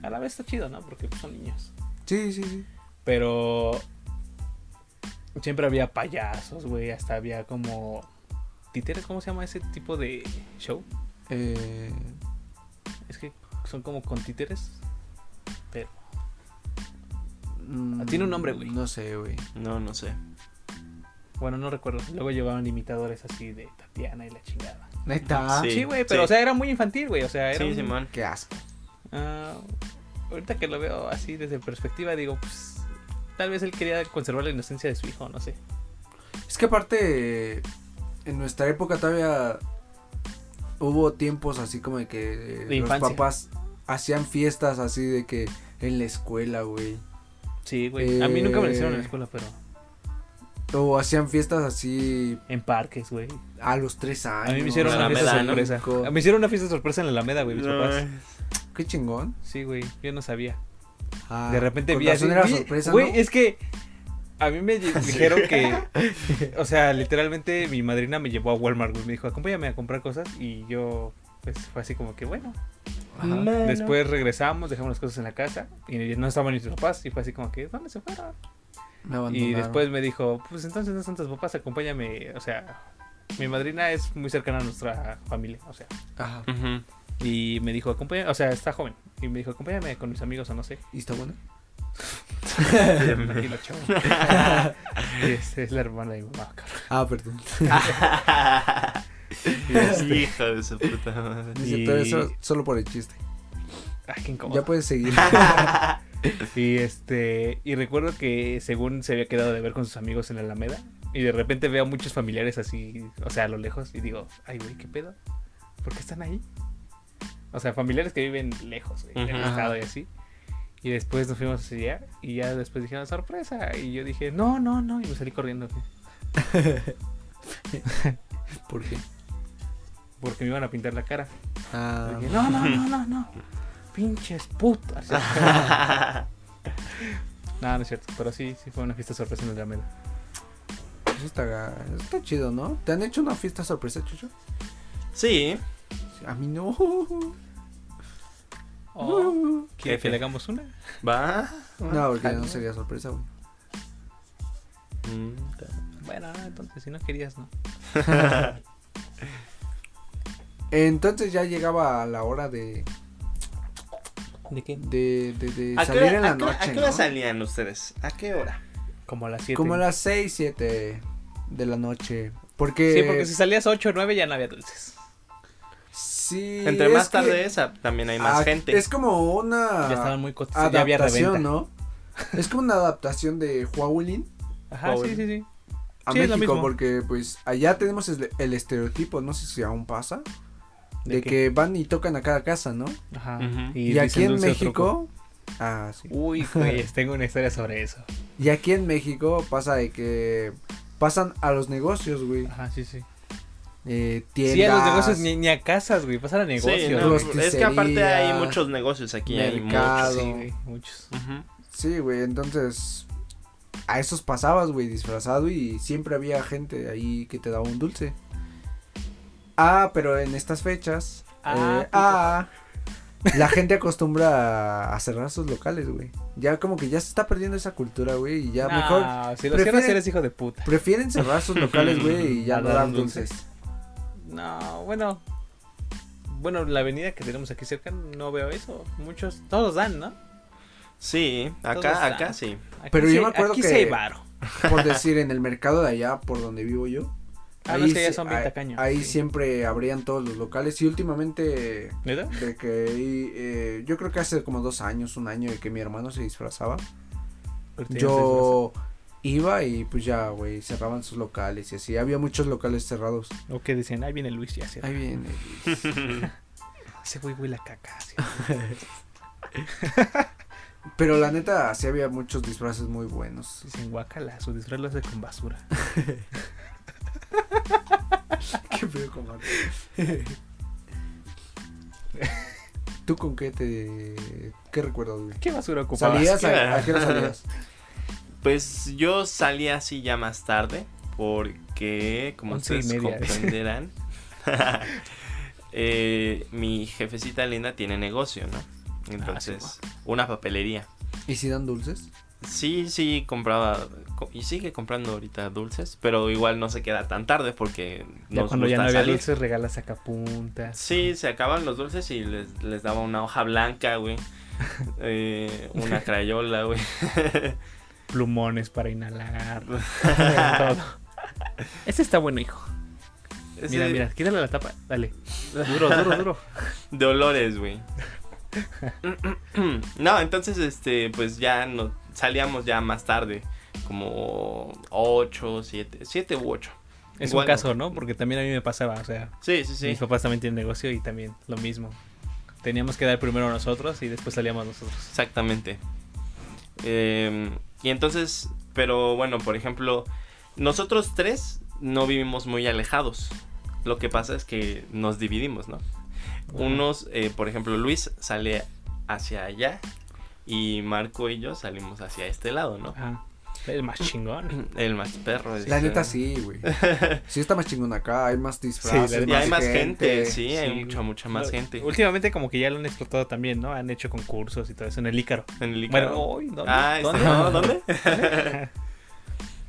A la vez está chido, ¿no? Porque pues, son niños. Sí, sí, sí. Pero. Siempre había payasos, güey. Hasta había como. ¿Títere? ¿Cómo se llama ese tipo de show? Eh, Es que son como con títeres. Pero. mm, Ah, Tiene un nombre, güey. No sé, güey. No, no sé. Bueno, no recuerdo. Luego llevaban imitadores así de Tatiana y la chingada. Neta. Sí. Sí, güey, pero sí. o sea, era muy infantil, güey. O sea, era. Sí, un- Simón. Qué asco. Ah, ahorita que lo veo así desde perspectiva, digo, pues. Tal vez él quería conservar la inocencia de su hijo, no sé. Es que aparte, eh, en nuestra época todavía hubo tiempos así como de que eh, los infancia. papás hacían fiestas así de que en la escuela, güey. Sí, güey. A mí nunca me lo hicieron en la Eh. escuela, pero. O hacían fiestas así En parques, güey. a los tres años. A mí me hicieron la una fiesta Alameda, sorpresa. cinco. Me hicieron una fiesta sorpresa en la Alameda, güey, mis No, eh. papás. Qué chingón. Sí, güey. Yo no sabía. Ah, De repente con vi razón así. era vi- sorpresa, Güey, ¿no? es que a mí me di- dijeron que. O sea, literalmente mi madrina me llevó a Walmart, güey. Me dijo, acompáñame a comprar cosas. Y yo, pues fue así como que, bueno. Ajá. Después regresamos, dejamos las cosas en la casa. Y no estaban mis papás. Y fue así como que, ¿dónde se fueron? Me abandonaron. Y después me dijo, pues entonces no son tus papás, acompáñame. O sea, mi madrina es muy cercana a nuestra familia. O sea, Ajá. Ujú. y me dijo, acompáñame. O sea, está joven. Y me dijo, acompáñame con mis amigos o no sé. ¿Y está bueno? Tranquilo, chavo. Y es, es la hermana de mi mamá, cabrón. Ah, perdón. Este. Hijo de su puta madre. Dice, Y- todo eso solo por el chiste. Ay, Ah, qué incómodo. Ya pues. puedes seguir. Y este. Y recuerdo que según se había quedado de ver con sus amigos en la Alameda. Y de repente veo a muchos familiares así, o sea, a lo lejos. Y digo, ay, güey, ¿qué pedo? ¿Por qué están ahí? O sea, familiares que viven lejos, güey, en el Ujú. estado y así. Y después nos fuimos a allá. Y ya después dijeron, sorpresa. Y yo dije, no, no, no. Y me salí corriendo, güey, ¿Por qué? Porque me iban a pintar la cara. Ah, Dije, no, no, no, no, no. Pinches putas. no, no es cierto. Pero sí, sí fue una fiesta sorpresa en el Alameda. Eso está, está chido, ¿no? ¿Te han hecho una fiesta sorpresa, Chucho? Sí, A mí no. ¿Quiere Jefe. Oh. que le hagamos una? va. Ah, No, porque no sería sorpresa, güey. Mm, Bueno, no, entonces si no querías, no. Entonces ya llegaba la hora de, ¿De qué? de, de, de ¿A qué salir hora, en la a qué hora- a noche, qué hora ¿no? salían ustedes? ¿A qué hora? Como a las 7. Como a las 6, 7 de la noche. Porque... Sí, porque si salías 8 o 9 ya no había dulces. sí, Entre más Eh, es que- tarde esa, también hay más ah, gente. Es como una ya estaban muy cotizados. Ya había Ah, adaptación, reventa. ¿no? Es como una adaptación de Huawei Ajá, sí, Powell. sí, sí. a Sí, es lo México, mismo. porque pues allá tenemos el, el estereotipo, no sé si aún pasa, de, qué? que van y tocan a cada casa, ¿no? Ajá. Ujú. Y, dicen aquí en dulce o México... truco. Ah, sí. Uy, pues tengo una historia sobre eso. Y aquí en México pasa de que pasan a los negocios, güey. Ajá, sí, sí. Eh, tiendas. Sí, a los negocios, ni, ni a casas, güey. Pasar a negocios. Sí, no, no, güey. es que aparte hay Rosticerías, muchos negocios aquí, mercado. Sí, güey, muchos. hay muchos. Ujú. Sí, güey, entonces a esos pasabas, güey, disfrazado y siempre había gente ahí que te daba un dulce. Ah, pero en estas fechas, Ah, eh, ah, la gente acostumbra a- a cerrar sus locales, güey. Ya como que ya se está perdiendo esa cultura, güey, y ya Nah, mejor Si lo cierras, prefieren- eres hijo de puta. prefieren cerrar sus locales, güey, y ya A no dar dan un dulce. dulces. No, bueno. Bueno, la avenida que tenemos aquí cerca no veo eso. Muchos, todos dan, ¿no? Sí, Todos acá, dan. acá sí. Aquí Pero sí- yo me acuerdo aquí que- sí hay varo. Por decir, en el mercado de allá, por donde vivo yo. Ah, no, es que allá sí- son bien ahí- tacaños, Ahí sí. siempre abrían todos los locales y últimamente ¿Neta? de que ahí, eh, yo creo que hace como dos años, un año de que mi hermano se disfrazaba. Ahorita ya Yo iba y pues ya, güey, cerraban sus locales y así. Había muchos locales cerrados. se disfrazan. O que decían, ahí viene Luis ya. Ahí viene. Ese güey huele a caca. sí. Pero la neta, sí había muchos disfraces muy buenos. Dicen, guácala, su disfraz lo hace con basura. Qué feo comadre. ¿Tú con qué te... qué recuerdas, güey? ¿Qué basura ocupabas? ¿Salías? ¿Qué? ¿A, a qué hora salías? Pues yo salí así ya más tarde porque, como Once y ustedes media. comprenderán, eh, mi jefecita linda tiene negocio, ¿no? Ah, Entonces, una papelería. ¿Y si dan dulces? Sí, sí, compraba co- y sigue comprando ahorita dulces, pero igual no se queda tan tarde porque Ya nos cuando ya gusta no había salir. dulces, regalas sacapuntas. Sí, se acaban los dulces y les, les daba una hoja blanca, güey. Eh, una crayola, güey. plumones para inhalar. todo. Ese está bueno, hijo. Mira, Ese- mira, quítale la tapa. Dale. Duro, duro, duro. De olores, güey. no, entonces, este, pues ya no, salíamos ya más tarde, como 8, 7, 7 u 8. Es Igual un no. caso, ¿no? Porque también a mí me pasaba, o sea, Sí, sí, sí. mis papás también tienen negocio y también lo mismo. Teníamos que dar primero nosotros y después salíamos nosotros. Exactamente. Eh, y entonces, pero bueno, por ejemplo, nosotros tres no vivimos muy alejados. Lo que pasa es que nos dividimos, ¿no? Unos, eh, por ejemplo, Luis sale hacia allá y Marco y yo salimos hacia este lado, ¿no? Ajá. Es más chingón. El más perro. La este. neta sí, güey. Sí está más chingón acá, hay más disfraces. Sí, la Y neta hay más gente, sí, hay Sí, mucha, güey. mucha más gente. Últimamente como que ya lo han explotado también, ¿no? Han hecho concursos y todo eso en el Ícaro. En el Ícaro. Bueno, uy, ¿dónde? ah, está- ¿dónde? no, ¿dónde?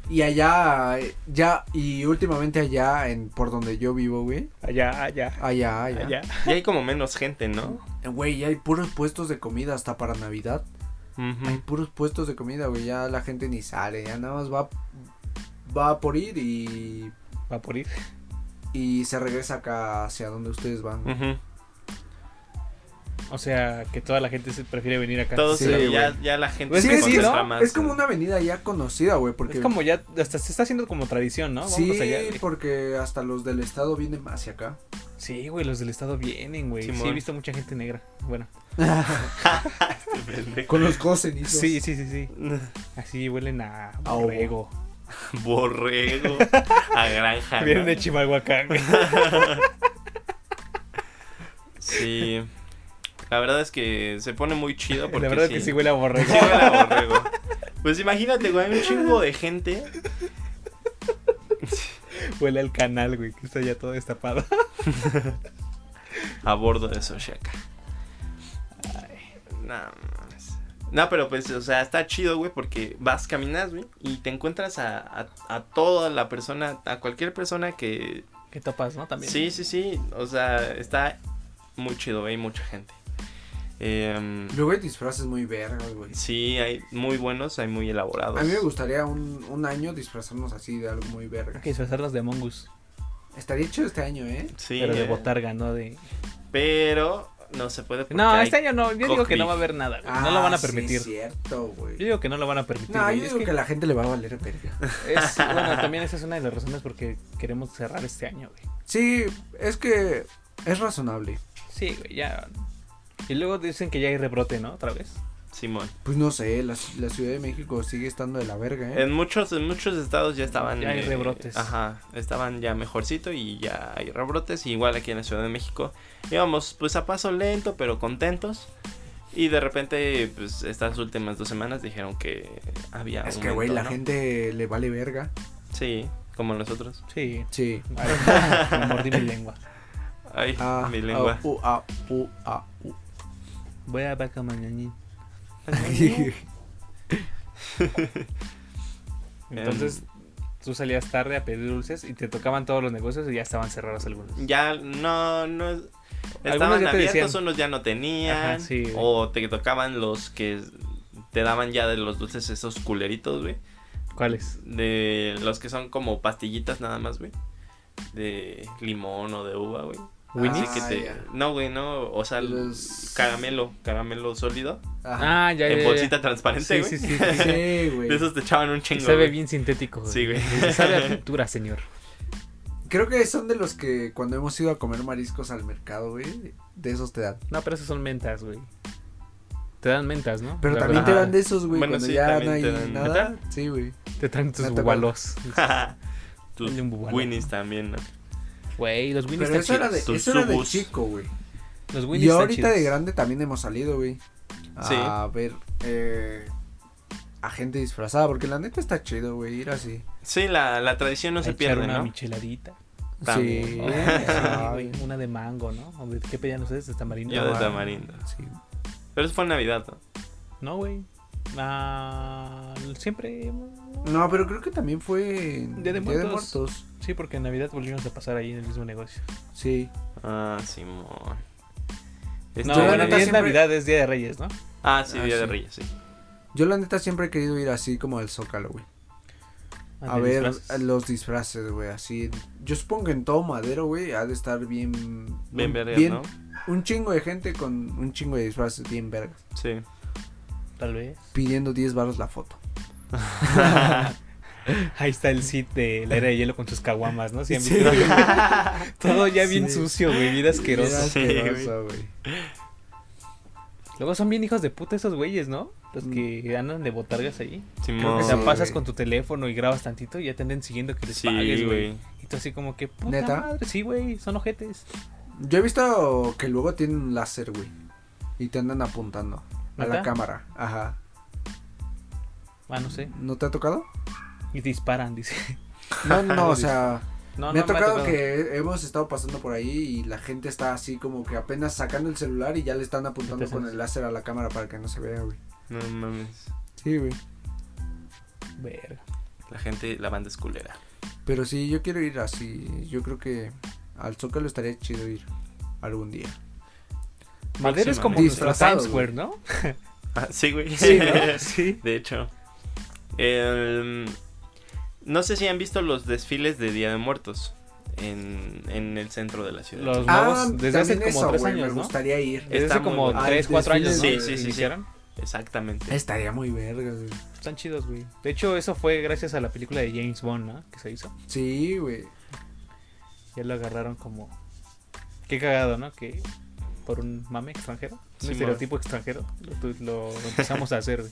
Y allá, eh, ya, y últimamente allá, en por donde yo vivo, güey. Allá, allá, Allá, allá. allá. y hay como menos gente, ¿no? Eh, Güey, ya hay puros puestos de comida hasta para Navidad. Mm. Ujú. Hay puros puestos de comida, güey. Ya la gente ni sale, ya nada más va, va por ir y, Va por ir. y se regresa acá hacia donde ustedes van. Mm. güey. Ujú. O sea, que toda la gente se prefiere venir acá. Todos Sí, eh, güey. ya, ya la gente Pues Sí, es que es, sí, concentra ¿no? más es en- como una avenida ya conocida, güey. Porque Es como ya, hasta se está haciendo como tradición, ¿no? Vámonos Sí, allá, güey. porque hasta los del estado vienen hacia acá. Sí, güey, los del estado vienen, güey. Sí, Simón. he visto mucha gente negra. Bueno. Con los cosenizos. Sí, sí, sí, sí. Así huelen a A ovo. borrego. Borrego a granja. Ah, ¿no? Vienen de Chimalhuacán, güey. Sí. La verdad es que se pone muy chido porque La verdad sí. es que sí huele a borrego. Sí huele a borrego. Pues imagínate, güey, hay un chingo de gente. Huele al canal, güey, que está ya todo destapado. a bordo de Soshaka. No, mames. no, pero pues, o sea, está chido, güey, porque vas, caminas, güey, y te encuentras a, a, a toda la persona, a cualquier persona que... ¿Qué topas, no? También. Sí, sí, sí, o sea, está muy chido, güey, hay mucha gente. Em, Luego hay disfraces muy vergas, güey. sí, hay muy buenos, hay muy elaborados. A mí me gustaría un, un año disfrazarnos así de algo muy verga. Hay que disfrazarnos de mongus. Estaría chido este año, ¿eh? Sí, pero de eh, botarga, no de. pero No se puede. porque No, hay- este año no. Yo digo que no va a haber nada. güey. no lo van Ah, a sí, permitir. es cierto, güey. Yo digo que no lo van a permitir. No, güey. yo Es digo que... que la gente le va a valer verga. es- bueno, también esa es una de las razones porque queremos cerrar este año, güey. Sí, es que es razonable. Sí, güey, ya. Y luego dicen que ya hay rebrote, ¿no? Otra vez. Simón. Pues no sé, la, la Ciudad de México sigue estando de la verga, ¿eh? En muchos, en muchos estados ya estaban. Ya hay eh, rebrotes. Ajá, estaban ya mejorcito y ya hay rebrotes. Igual aquí en la Ciudad de México. Íbamos pues a paso lento, pero contentos. Y de repente, pues estas últimas dos semanas dijeron que había. es que, güey, aumento, la ¿no? gente le vale verga. Sí, como nosotros. Sí. Sí. Ay, me mordí mi lengua. Ay, Ah, mi ah, lengua. uh, ah, uh, ah, uh. Voy a vaca mañana. Entonces, tú salías tarde a pedir dulces y te tocaban todos los negocios y ya estaban cerrados algunos. Ya no, no. es- Algunos Estaban ya te abiertos, decían. unos ya no tenían. Ajá, sí, güey. o te tocaban los que te daban ya de los dulces esos culeritos, güey. ¿Cuáles? De los que son como pastillitas nada más, güey. De limón o de uva, güey. ¿Winnies? Así que te- Ah, ya. No, güey, no. O sea, Los- caramelo, caramelo sólido. Ajá. Ah, ya, ya, en ya. bolsita transparente, Sí, güey. sí, sí. sí, sí. Sí, güey. De esos te echaban un chingo. Sabe güey. bien sintético. Sí, güey. Sabe a pintura, señor. Creo que son de los que cuando hemos ido a comer mariscos al mercado, güey, de esos te dan. No, pero esos son mentas, güey. Te dan mentas, ¿no? Pero La también verdad. te dan de esos, güey, Bueno, cuando sí, ya también no hay te dan. nada. Sí, güey. Te traen tus Me tocó. bubalos. Tus Dale un bubano. Winnies también, ¿no? Güey, los Winnie Pero están eso era de, chidos. Sus eso era de subus. chico, güey. Los Winnie Y están ahorita de chidos. grande también hemos salido, güey. Sí. A ver, eh, a gente disfrazada, porque la neta está chido, güey, ir así. Sí, la, la tradición no A se echar pierde, una ¿no? micheladita. También. Sí. Oh, sí, Ay, güey, una de mango, ¿no? ¿O de ¿Qué pedían ustedes? ¿De tamarindo? Yo de Ah, tamarindo. sí. Pero eso fue en Navidad, ¿no? No, güey. Ah, siempre. No, pero creo que también fue en Día de Muertos. Muertos. Sí, porque en Navidad volvimos a pasar ahí en el mismo negocio. Sí. Ah, Simón. No, Esto la de- bueno, neta ni es siempre- Navidad, es Día de Reyes, ¿no? Ah, sí, Ah, Día de sí. Reyes, sí. Yo la neta siempre he querido ir así como al Zócalo, güey. A Ah, de ver disfraces. los disfraces, güey, así. Yo supongo que en todo madero, güey, ha de estar bien. Bien un- verga, bien- ¿no? Un chingo de gente con un chingo de disfraces, bien vergas. Sí. Tal vez. Pidiendo 10 baros la foto. Ahí está el sit de la era de hielo con sus caguamas, ¿no? Si han Sí. visto, todo ya bien Sí. sucio, güey, Era vida asquerosa. Sí, asqueroso, güey. Luego son bien hijos de puta esos güeyes, ¿no? Los que andan de botargas ahí. Simón. o Mm. Oh, sí, sea, pasas güey. con tu teléfono y grabas tantito y ya te andan siguiendo que les Sí, pagues, güey. güey. Y tú así como que, puta ¿Neta? madre, sí, güey, son ojetes. Yo he visto que luego tienen un láser, güey. Y te andan apuntando a la ¿Neta? cámara. Ajá. Ah, no sé. ¿No te ha tocado? Y te disparan, dice. No, no, o sea, No, me no ha tocado que hemos estado pasando por ahí y la gente está así como que apenas sacando el celular y ya le están apuntando Entonces- con el láser a la cámara para que no se vea, güey. No mames. Sí, güey. Verga. La gente, la banda es culera. Pero sí, yo quiero ir así. Yo creo que al Zócalo estaría chido ir algún día. Madero es como Próximamente. nuestro Disfrazado, Times Square, ¿no? Ah, sí, güey. Sí, ¿no? Sí. De hecho. El- no sé si han visto los desfiles de Día de Muertos en, en el centro de la ciudad. Los nuevos, Ah, desde hace también como eso, tres güey, años, Me ¿no? gustaría ir. Desde Está hace muy como bueno. Ah, tres, el cuatro desfile años, ¿no? de- Sí, sí, sí, sí. Iniciaron. Exactamente. Estaría muy vergas, güey. Están chidos, güey. De hecho, eso fue gracias a la película de James Bond, ¿no? Que se hizo. Sí, güey. Ya lo agarraron como. Qué cagado, ¿no? Que por un mame extranjero, un Simón. estereotipo extranjero, lo, tu- lo empezamos a hacer, güey.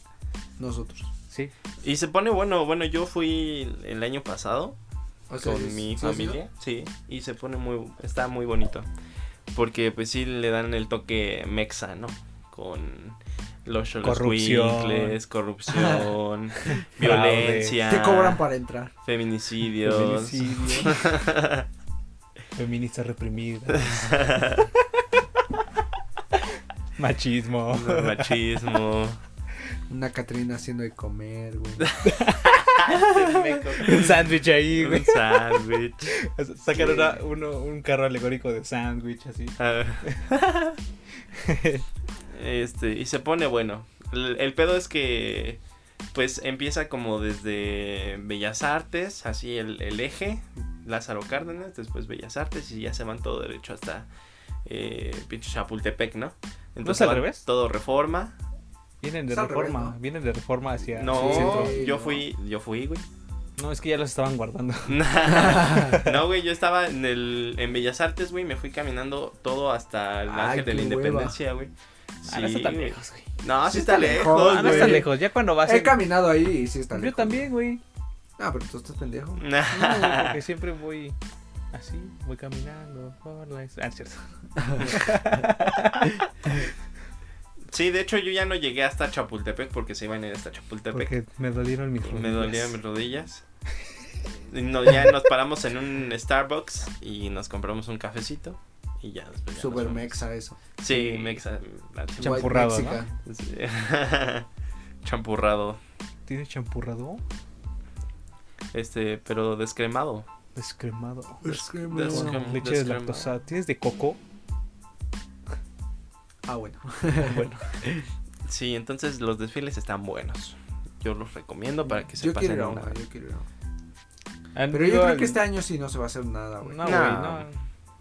Nosotros. Sí. Y se pone bueno, bueno, yo fui el año pasado O sea, con sí, mi sí, sí, familia, sí, y se pone muy, está muy bonito, porque pues sí le dan el toque mexa, ¿no? Con los Corrupción. corrupción, corrupción, violencia, Te cobran para entrar. feminicidios, Feminicidio. Feministas reprimidas. Machismo. machismo. Una Catrina haciendo de comer, güey. Un sándwich ahí, Un güey. sándwich. Sacar Sí. una- uno, un carro alegórico de sándwich, así. Ah. Este, y se pone bueno. El, el pedo es que, pues, empieza como desde Bellas Artes, así el, el eje, Lázaro Cárdenas, después Bellas Artes y ya se van todo derecho hasta eh, pinche Chapultepec, ¿no? al van revés? Todo reforma. Vienen de Es al revés, reforma, ¿no? vienen de reforma hacia el No, centro. yo no. fui, yo fui, güey. No, es que ya los estaban guardando. no, güey, yo estaba en el en Bellas Artes, güey, me fui caminando todo hasta el Ay, Ángel de la qué hueva. Independencia, güey. Ah, no está tan güey. lejos, güey. No, sí, Sí está, está lejos, lejos, Ah, no está güey. lejos, ya cuando vas He en- caminado ahí y sí está Yo lejos. también, güey. Ah, pero tú estás pendejo. Mm, No, güey, porque siempre voy así, voy caminando por la... Ah, es cierto. Sí, de hecho yo ya no llegué hasta Chapultepec porque se iban a ir hasta Chapultepec. Porque me dolieron mis Me rodillas. dolían mis rodillas. Y no, ya nos paramos en un Starbucks y nos compramos un cafecito. Y ya después. ya nos Super fuimos. mexa eso. Sí, mexa. la chimba. White Champurrado, mexica. Sí. Champurrado. ¿Tienes champurrado? Este, pero descremado. Descremado. Es que me- That's Bueno, Descrem- leche de descremado. lactosa. ¿Tienes de coco? Ah, bueno. Bueno, Sí, entonces los desfiles están buenos. Yo los recomiendo para que se Yo pasen quiero ir a una- uno, yo quiero ir a uno. han Pero ido yo creo Ah, al- que este año sí no se va a hacer nada, No, güey. güey, No, no. No.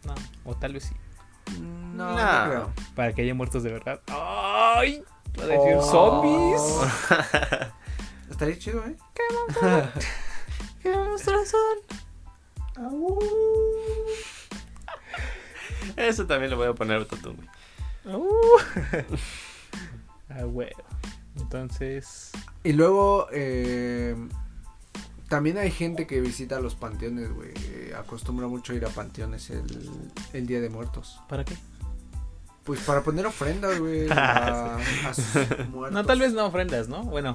No. O tal vez sí. no, No. creo. Para que haya muertos de verdad. Oh. ¡Ay! Va a decir zombies. Estaría chido, ¿eh? Au, Eso también le voy a poner a Totum, güey. au. ah, güey. Entonces. Y luego, eh, también hay gente que visita los panteones, güey. Eh, Acostumbra mucho ir a panteones el, el Día de Muertos. ¿Para qué? Pues para poner ofrendas, güey, a, Ah, a sus muertos. No, tal vez no ofrendas, ¿no? Bueno,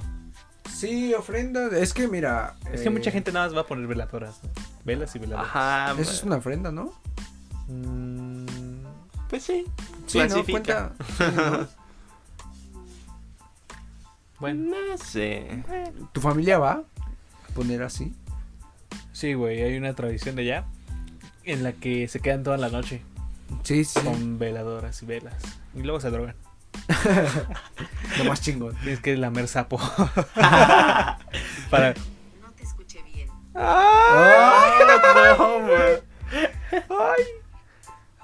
Sí, ofrendas. Es que mira. es eh, que mucha gente nada más va a poner veladoras. ¿no? Velas y veladoras. Ajá. Eso es una ofrenda, ¿no? Mm, Pues sí. Sí, ¿no? Clasifica. Cuenta. sí, ¿no? bueno, No sé. ¿Tu familia va a poner así? sí, güey. Hay una tradición de allá en la que se quedan toda la noche Sí, sí. con veladoras y velas. Y luego se drogan. Lo más chingón. Tienes que lamer sapo. Para. No te escuché bien. no, güey. Ah,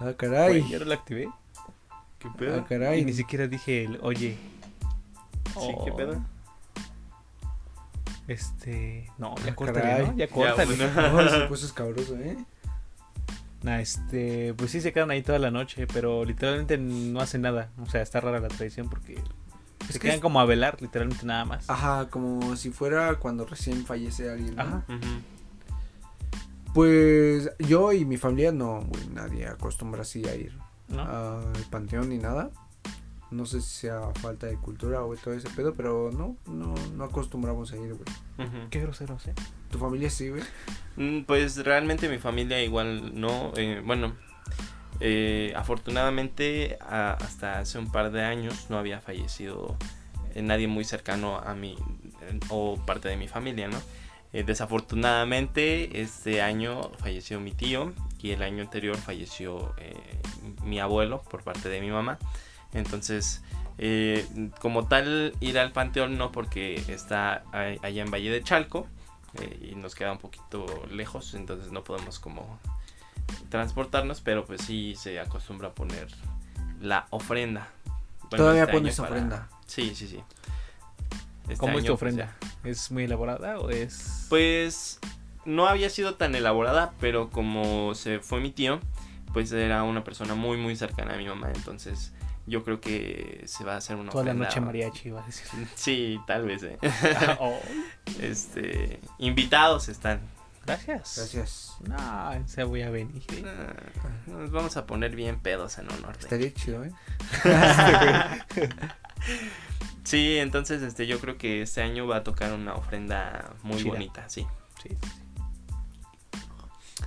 Güey, caray. ya no la activé. ¿Qué Ah, pedo? Y caray. ni siquiera dije el oye. Sí, ¿qué Oh, pedo? Este. No, ya Ah, córtale, caray. ¿no? Ya córtale. bueno. No, se puso escabroso, ¿eh? Nah, este. Pues sí se quedan ahí toda la noche, pero literalmente no hacen nada. O sea, está rara la tradición porque. se que quedan es- Ah, como a velar, literalmente nada más. Ajá, como si fuera cuando recién fallece alguien. ¿no? Ajá. Ujú. Pues yo y mi familia no, güey, nadie acostumbra así a ir ¿No? al panteón ni nada. No sé si sea falta de cultura o todo ese pedo, pero no, no, no acostumbramos a ir, güey. Ujú. Qué groseros, ¿eh? ¿Tu familia sí, güey? Mm, Pues realmente mi familia igual no. eh, bueno, eh, afortunadamente a- hasta hace un par de años no había fallecido eh, nadie muy cercano a mí eh, o parte de mi familia, ¿no? Eh, desafortunadamente este año falleció mi tío y el año anterior falleció eh, mi abuelo por parte de mi mamá. Entonces, eh, como tal, ir al panteón no porque está a- allá en Valle de Chalco eh, y nos queda un poquito lejos, entonces no podemos como transportarnos, pero pues sí se acostumbra a poner la ofrenda. Bueno, Todavía este año pones para- ofrenda. Sí, sí, sí. Este ¿Cómo es año, tu pues, ofrenda? ¿Es muy elaborada o es.? pues no había sido tan elaborada, pero como se fue mi tío, pues era una persona muy muy cercana a mi mamá, entonces yo creo que se va a hacer una toda la ofrenda. noche mariachi, iba a decir. Sí, tal vez. eh. Oh, Este, invitados están. gracias. Gracias. No, en serio voy a venir. ¿eh? Ah, Nos vamos a poner bien pedos en honor. de- Estaría chido, ¿eh? Sí, entonces este yo creo que este año va a tocar una ofrenda muy Chida. bonita, sí. Sí, sí, sí.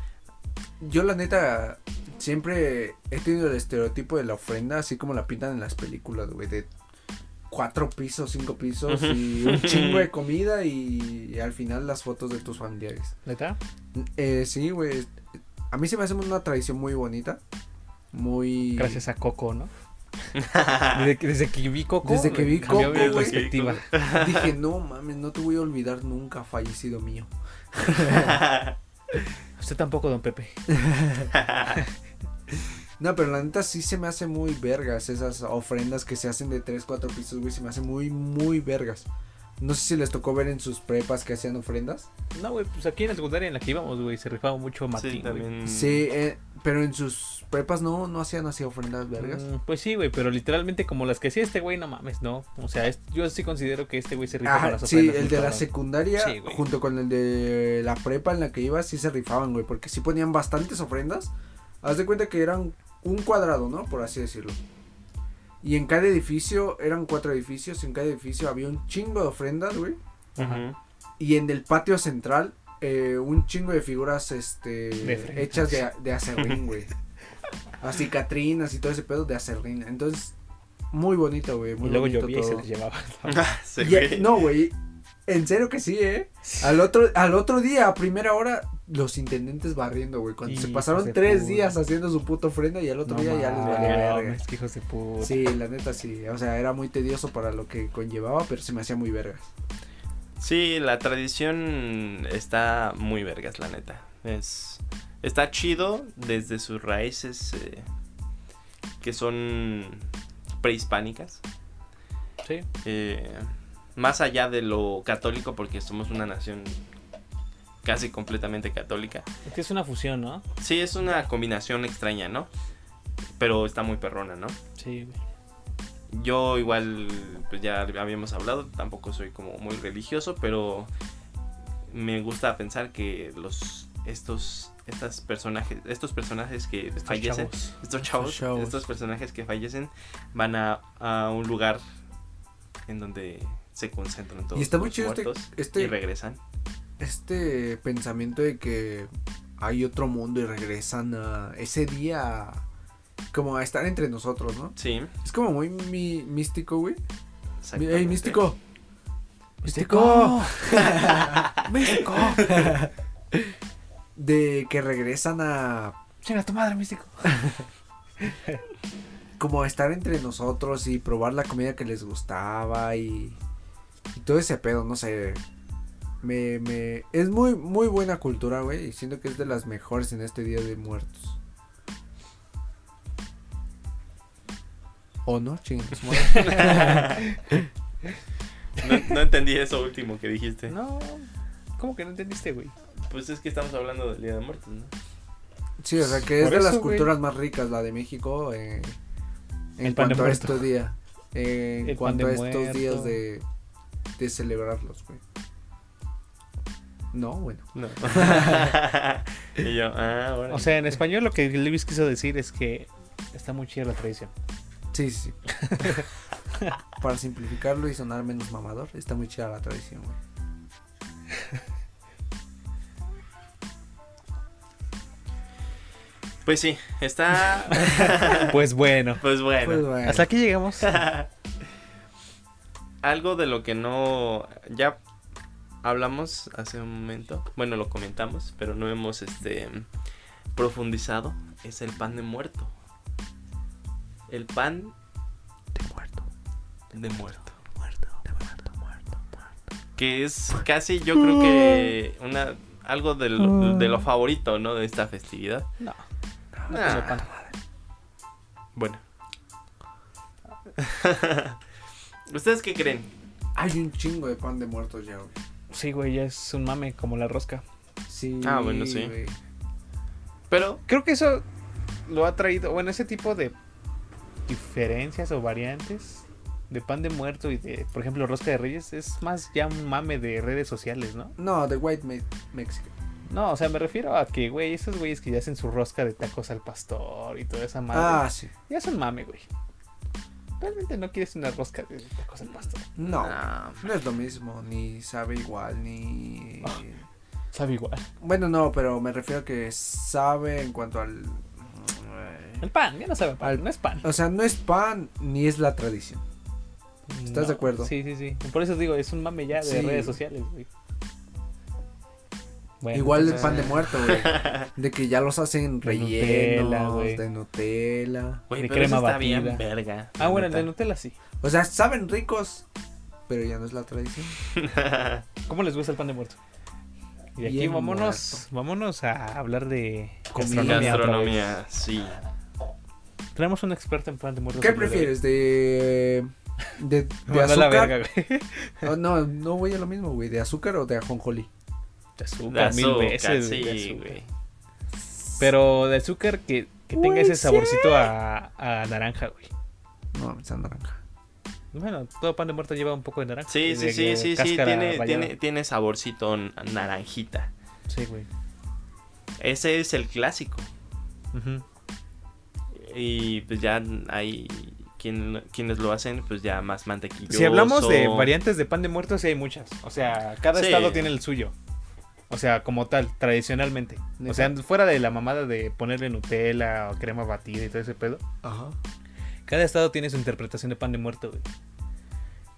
Yo la neta siempre he tenido el estereotipo de la ofrenda así como la pintan en las películas, güey, de cuatro pisos, cinco pisos y un chingo de comida y, al final las fotos de tus familiares. ¿Neta? Eh, sí, güey, a mí se me hace una tradición muy bonita, muy... Gracias a Coco, ¿no? Desde que, desde que vi Coco. Desde que vi cambió Coco, mi güey. perspectiva. Dije, no mames, no te voy a olvidar nunca, fallecido mío. Usted tampoco, don Pepe. No, pero la neta sí se me hace muy vergas esas ofrendas que se hacen de 3, 4 pisos, güey. Se me hace muy, muy vergas. No sé si les tocó ver en sus prepas que hacían ofrendas. No, güey, pues aquí en la secundaria en la que íbamos, güey, se rifaba mucho Martín, sí, güey. también. Sí, eh, pero en sus prepas no, no hacían así ofrendas vergas. Mm, pues sí, güey, pero literalmente como las que hacía este güey, no mames, no. O sea, es- yo sí considero que este güey se rifa Ah, con las sí, ofrendas, el muy de la cabrón. secundaria Sí, güey. junto con el de la prepa en la que iba sí se rifaban, güey, porque sí ponían bastantes ofrendas. Haz de cuenta que eran un cuadrado, ¿no? Por así decirlo. Y en cada edificio, eran cuatro edificios, en cada edificio había un chingo de ofrendas, güey. Ajá. Ujú. Y en el patio central, eh, un chingo de figuras este De fresas. hechas de, de acerrín, güey. Así Catrinas y todo ese pedo de acerrín. Entonces, muy bonito, güey. Muy Y luego bonito llovía y se todo. las llevaba. Ah, sí, Ya- güey. no, güey. En serio que sí, ¿eh? Al otro, al otro día, a primera hora, los intendentes barriendo, güey. Cuando se Hijos pasaron de tres puta. días haciendo su puta ofrenda y al otro No día ya les mames, valió verga. mames, que hijos de puta. Sí, la neta sí. O sea, era muy tedioso para lo que conllevaba, pero se me hacía muy vergas. Sí, la tradición está muy vergas, la neta. Es, está chido desde sus raíces eh, que son prehispánicas. Sí. eh, más allá de lo católico, porque somos una nación casi completamente católica. Es que es una fusión, ¿no? Sí, es una combinación extraña, ¿no? Pero está muy perrona, ¿no? Sí, güey. Yo igual, pues ya habíamos hablado, tampoco soy como muy religioso, pero me gusta pensar que los estos estas personajes, estos personajes que Estos fallecen, chavos. estos chavos, chavos. estos personajes que fallecen van a, a un lugar en donde se concentran todos está muy los chido este- muertos este- y regresan. Este pensamiento de que hay otro mundo y regresan a ese día como a estar entre nosotros, ¿no? Sí, Es como muy mi- místico, güey. Mi- exactamente. ¡Ey, místico! ¡Místico! ¡Místico! De que regresan a Chinga tu madre, místico. como a estar entre nosotros y probar la comida que les gustaba y, y todo ese pedo, no sé. Me, me, es muy, muy buena cultura, güey. Y siento que es de las mejores en este Día de Muertos. ¿O no? Chingados, No, no entendí eso último que dijiste. No. ¿Cómo que no entendiste, güey? Pues es que estamos hablando del Día de Muertos, ¿no? Sí, o sea que es Por de las eso, güey. culturas más ricas, la de México, eh, en El pan cuanto de a muerto. estos días. eh, en El pan cuanto de a estos muerto. días de, de celebrarlos, güey. No, bueno. No. y yo, ah, ahora. O sea, en español lo que Lewis quiso decir es que está muy chida la tradición. Sí, sí, sí. Para simplificarlo y sonar menos mamador, está muy chida la tradición, güey. Pues sí, está. Pues bueno. pues bueno. Pues bueno, Hasta aquí llegamos. Algo de lo que no. Ya hablamos hace un momento. Bueno, lo comentamos, pero no hemos este profundizado. Es el pan de muerto. El pan de muerto. Que es casi, yo creo que una algo de lo, de lo favorito, ¿no? De esta festividad. No. No Ah. como pan. Bueno. ¿Ustedes qué creen? Hay un chingo de pan de muertos ya, güey. Sí, güey, ya es un mame como la rosca. Sí. Ah, bueno, sí. güey. Pero Creo que eso lo ha traído, bueno, ese tipo de diferencias o variantes de pan de muerto y de, por ejemplo, rosca de reyes es más ya un mame de redes sociales, ¿no? No, The White Me- Mexican. No, o sea, me refiero a que, güey, esos güeyes que ya hacen su rosca de tacos al pastor y toda esa madre. Ah, sí. Ya es un mame, güey. Realmente no quieres una rosca de tacos al pastor. No. Ah, No es lo mismo, ni sabe igual, ni... Sabe igual. Bueno, no, pero me refiero a que sabe en cuanto al... El pan, ya no sabe a pan, Al- no es pan. O sea, no es pan ni es la tradición. ¿Estás No, de acuerdo? Sí, sí, sí. Por eso digo, es un mame ya de Sí. redes sociales, güey. Bueno, Igual el entonces- pan de muerto, güey. De que ya los hacen De Nutella, rellenos güey. de Nutella. güey, De pero eso crema está bien batida. verga. Ah, bueno, el de la Nutella sí. O sea, saben ricos, pero ya no es la tradición. neta. ¿Cómo les gusta el pan de muerto? Y de aquí Bien vámonos, vámonos a hablar de Comida. gastronomía otra Gastronomía, sí. vez. Tenemos un experto en plan de muertos. ¿Qué el día de hoy. prefieres? ¿De, de, de Mandó a la verga, azúcar? güey. Oh, no, no voy a lo mismo, güey. ¿De azúcar o de ajonjolí? De De azúcar, mil azúcar, veces. güey, de sí, azúcar. güey. Pero de azúcar que, que tenga ese saborcito a, a naranja, güey. No, esa naranja. Bueno, todo pan de muerto lleva un poco de naranja. Sí, y sí, de- sí, de sí, sí, cáscara tiene, rallada. tiene, tiene saborcito n- naranjita. Sí, güey. Ese es el clásico. Ujú. Y pues ya hay quien, quienes lo hacen, pues ya más mantequilloso. Si hablamos de variantes de pan de muerto, sí hay muchas. O sea, cada Sí. estado tiene el suyo. O sea, como tal, tradicionalmente. O sea, fuera de la mamada de ponerle Nutella o crema batida y todo ese pedo. Ajá. Cada estado tiene su interpretación de pan de muerto, güey.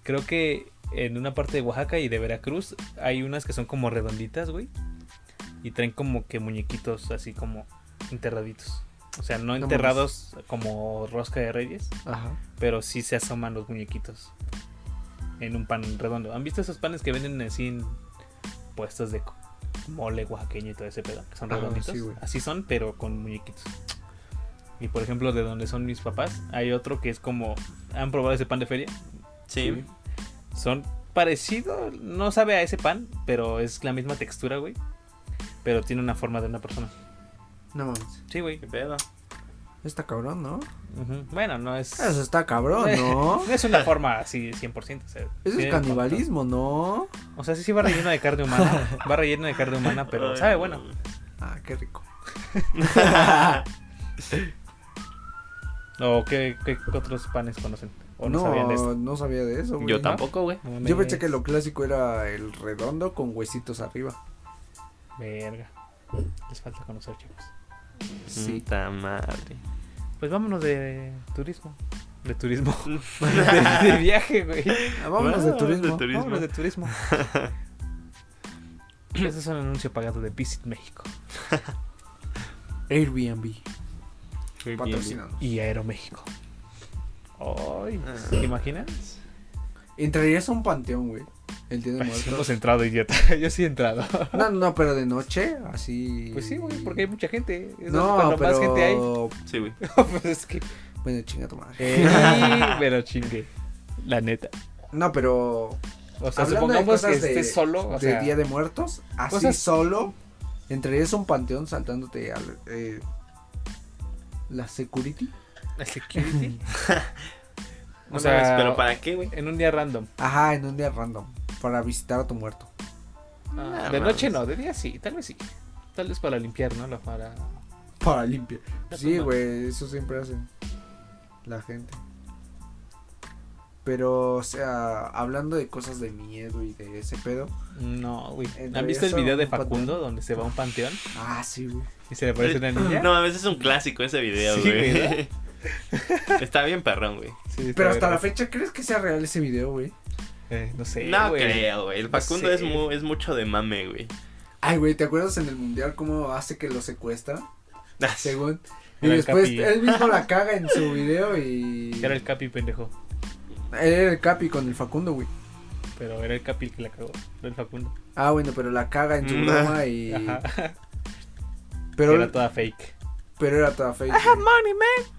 Creo que en una parte de Oaxaca y de Veracruz hay unas que son como redonditas, güey. Y traen como que muñequitos así como enterraditos. O sea, no mames. enterrados como rosca de reyes, Ajá. pero sí se asoman los muñequitos en un pan redondo. ¿Han visto esos panes que venden así en puestos de co- mole oaxaqueño y todo ese pedo? Que son Ajá, redonditos. Ah, sí, güey. así son, pero con muñequitos. Y por ejemplo, de donde son mis papás, hay otro que es como. ¿Han probado ese pan de feria? Sí, Son parecido, no sabe a ese pan, pero es la misma textura, güey. Pero tiene una forma de una persona. No mames. Sí, güey. qué pedo. Está cabrón, ¿no? Ujú. Bueno, no es. Ah, Eso está cabrón, ¿no? No es una forma así 100%. o sea, Eso es tiene- canibalismo, ¿no? O sea, sí, sí va relleno de carne humana. Va relleno de carne humana, pero Ay, sabe bueno. Ah, qué rico. ¿O qué, qué otros panes conocen? ¿O no, no, sabían de esto? no sabía de eso, güey. Yo tampoco, güey. No Yo mames. pensé que lo clásico era el redondo con huesitos arriba. Verga. Les falta conocer, chicos. Sí. Puta madre. Pues vámonos de turismo. De turismo. de, de viaje, güey. Ah, vámonos de turismo. turismo. Vámonos de turismo. Este es un anuncio pagado de Visit México Airbnb. Muy bien, Patrocinado. y Aeroméxico. Ay, Ah. ¿te imaginas? Entrarías a un panteón, güey. El día de muertos. Hemos entrado, idiota. Yo sí he entrado. No, no, pero de noche, así. Pues sí, güey, porque hay mucha gente. Es No, cuando pero. más gente hay. bien. Sí, güey. pues es que. Bueno, chinga tu madre. Eh, Eh. pero chingue. La neta. No, pero. O sea, Hablando de supongamos que cosas de- estés solo. O de sea, Día de Muertos, así cosas- solo. Entrarías a un panteón saltándote al. eh, la security. la security. o No sea, mames, pero ¿para qué, güey? en un día random. Ajá, en un día random. Para visitar a tu muerto. Ah, de mames. noche no, de día sí, tal vez sí. Tal vez para limpiar, ¿no? La- Para... Para limpiar. pues, Sí, no. güey, eso siempre hacen. La gente. Pero, o sea, hablando de cosas de miedo y de ese pedo. No, güey. Entre ¿Han visto el eso, video de un panteón. Facundo donde se va a un panteón Ah, sí, güey. y se le aparece una niña? No, a veces es un clásico ese video, Sí, güey. ¿verdad? Está bien perrón, güey. Sí, está Pero hasta verga. la fecha, ¿crees que sea real ese video, güey? Eh, no sé, no güey. creo, güey. El No Facundo sé. es, mu- es mucho de mame, güey. Ay, güey, ¿te acuerdas en el mundial cómo hace que lo secuestra? Ah, Según. Y Era el después Capi. él mismo la caga en su video y. Era el Capi, pendejo. Él era el Capi con el Facundo, güey. Pero era el Capi el que la cagó. No el Facundo. Ah, bueno, pero la caga en su Nah. broma y. Mm. Ajá. Pero, Era toda fake. pero era toda fake. güey. money, man.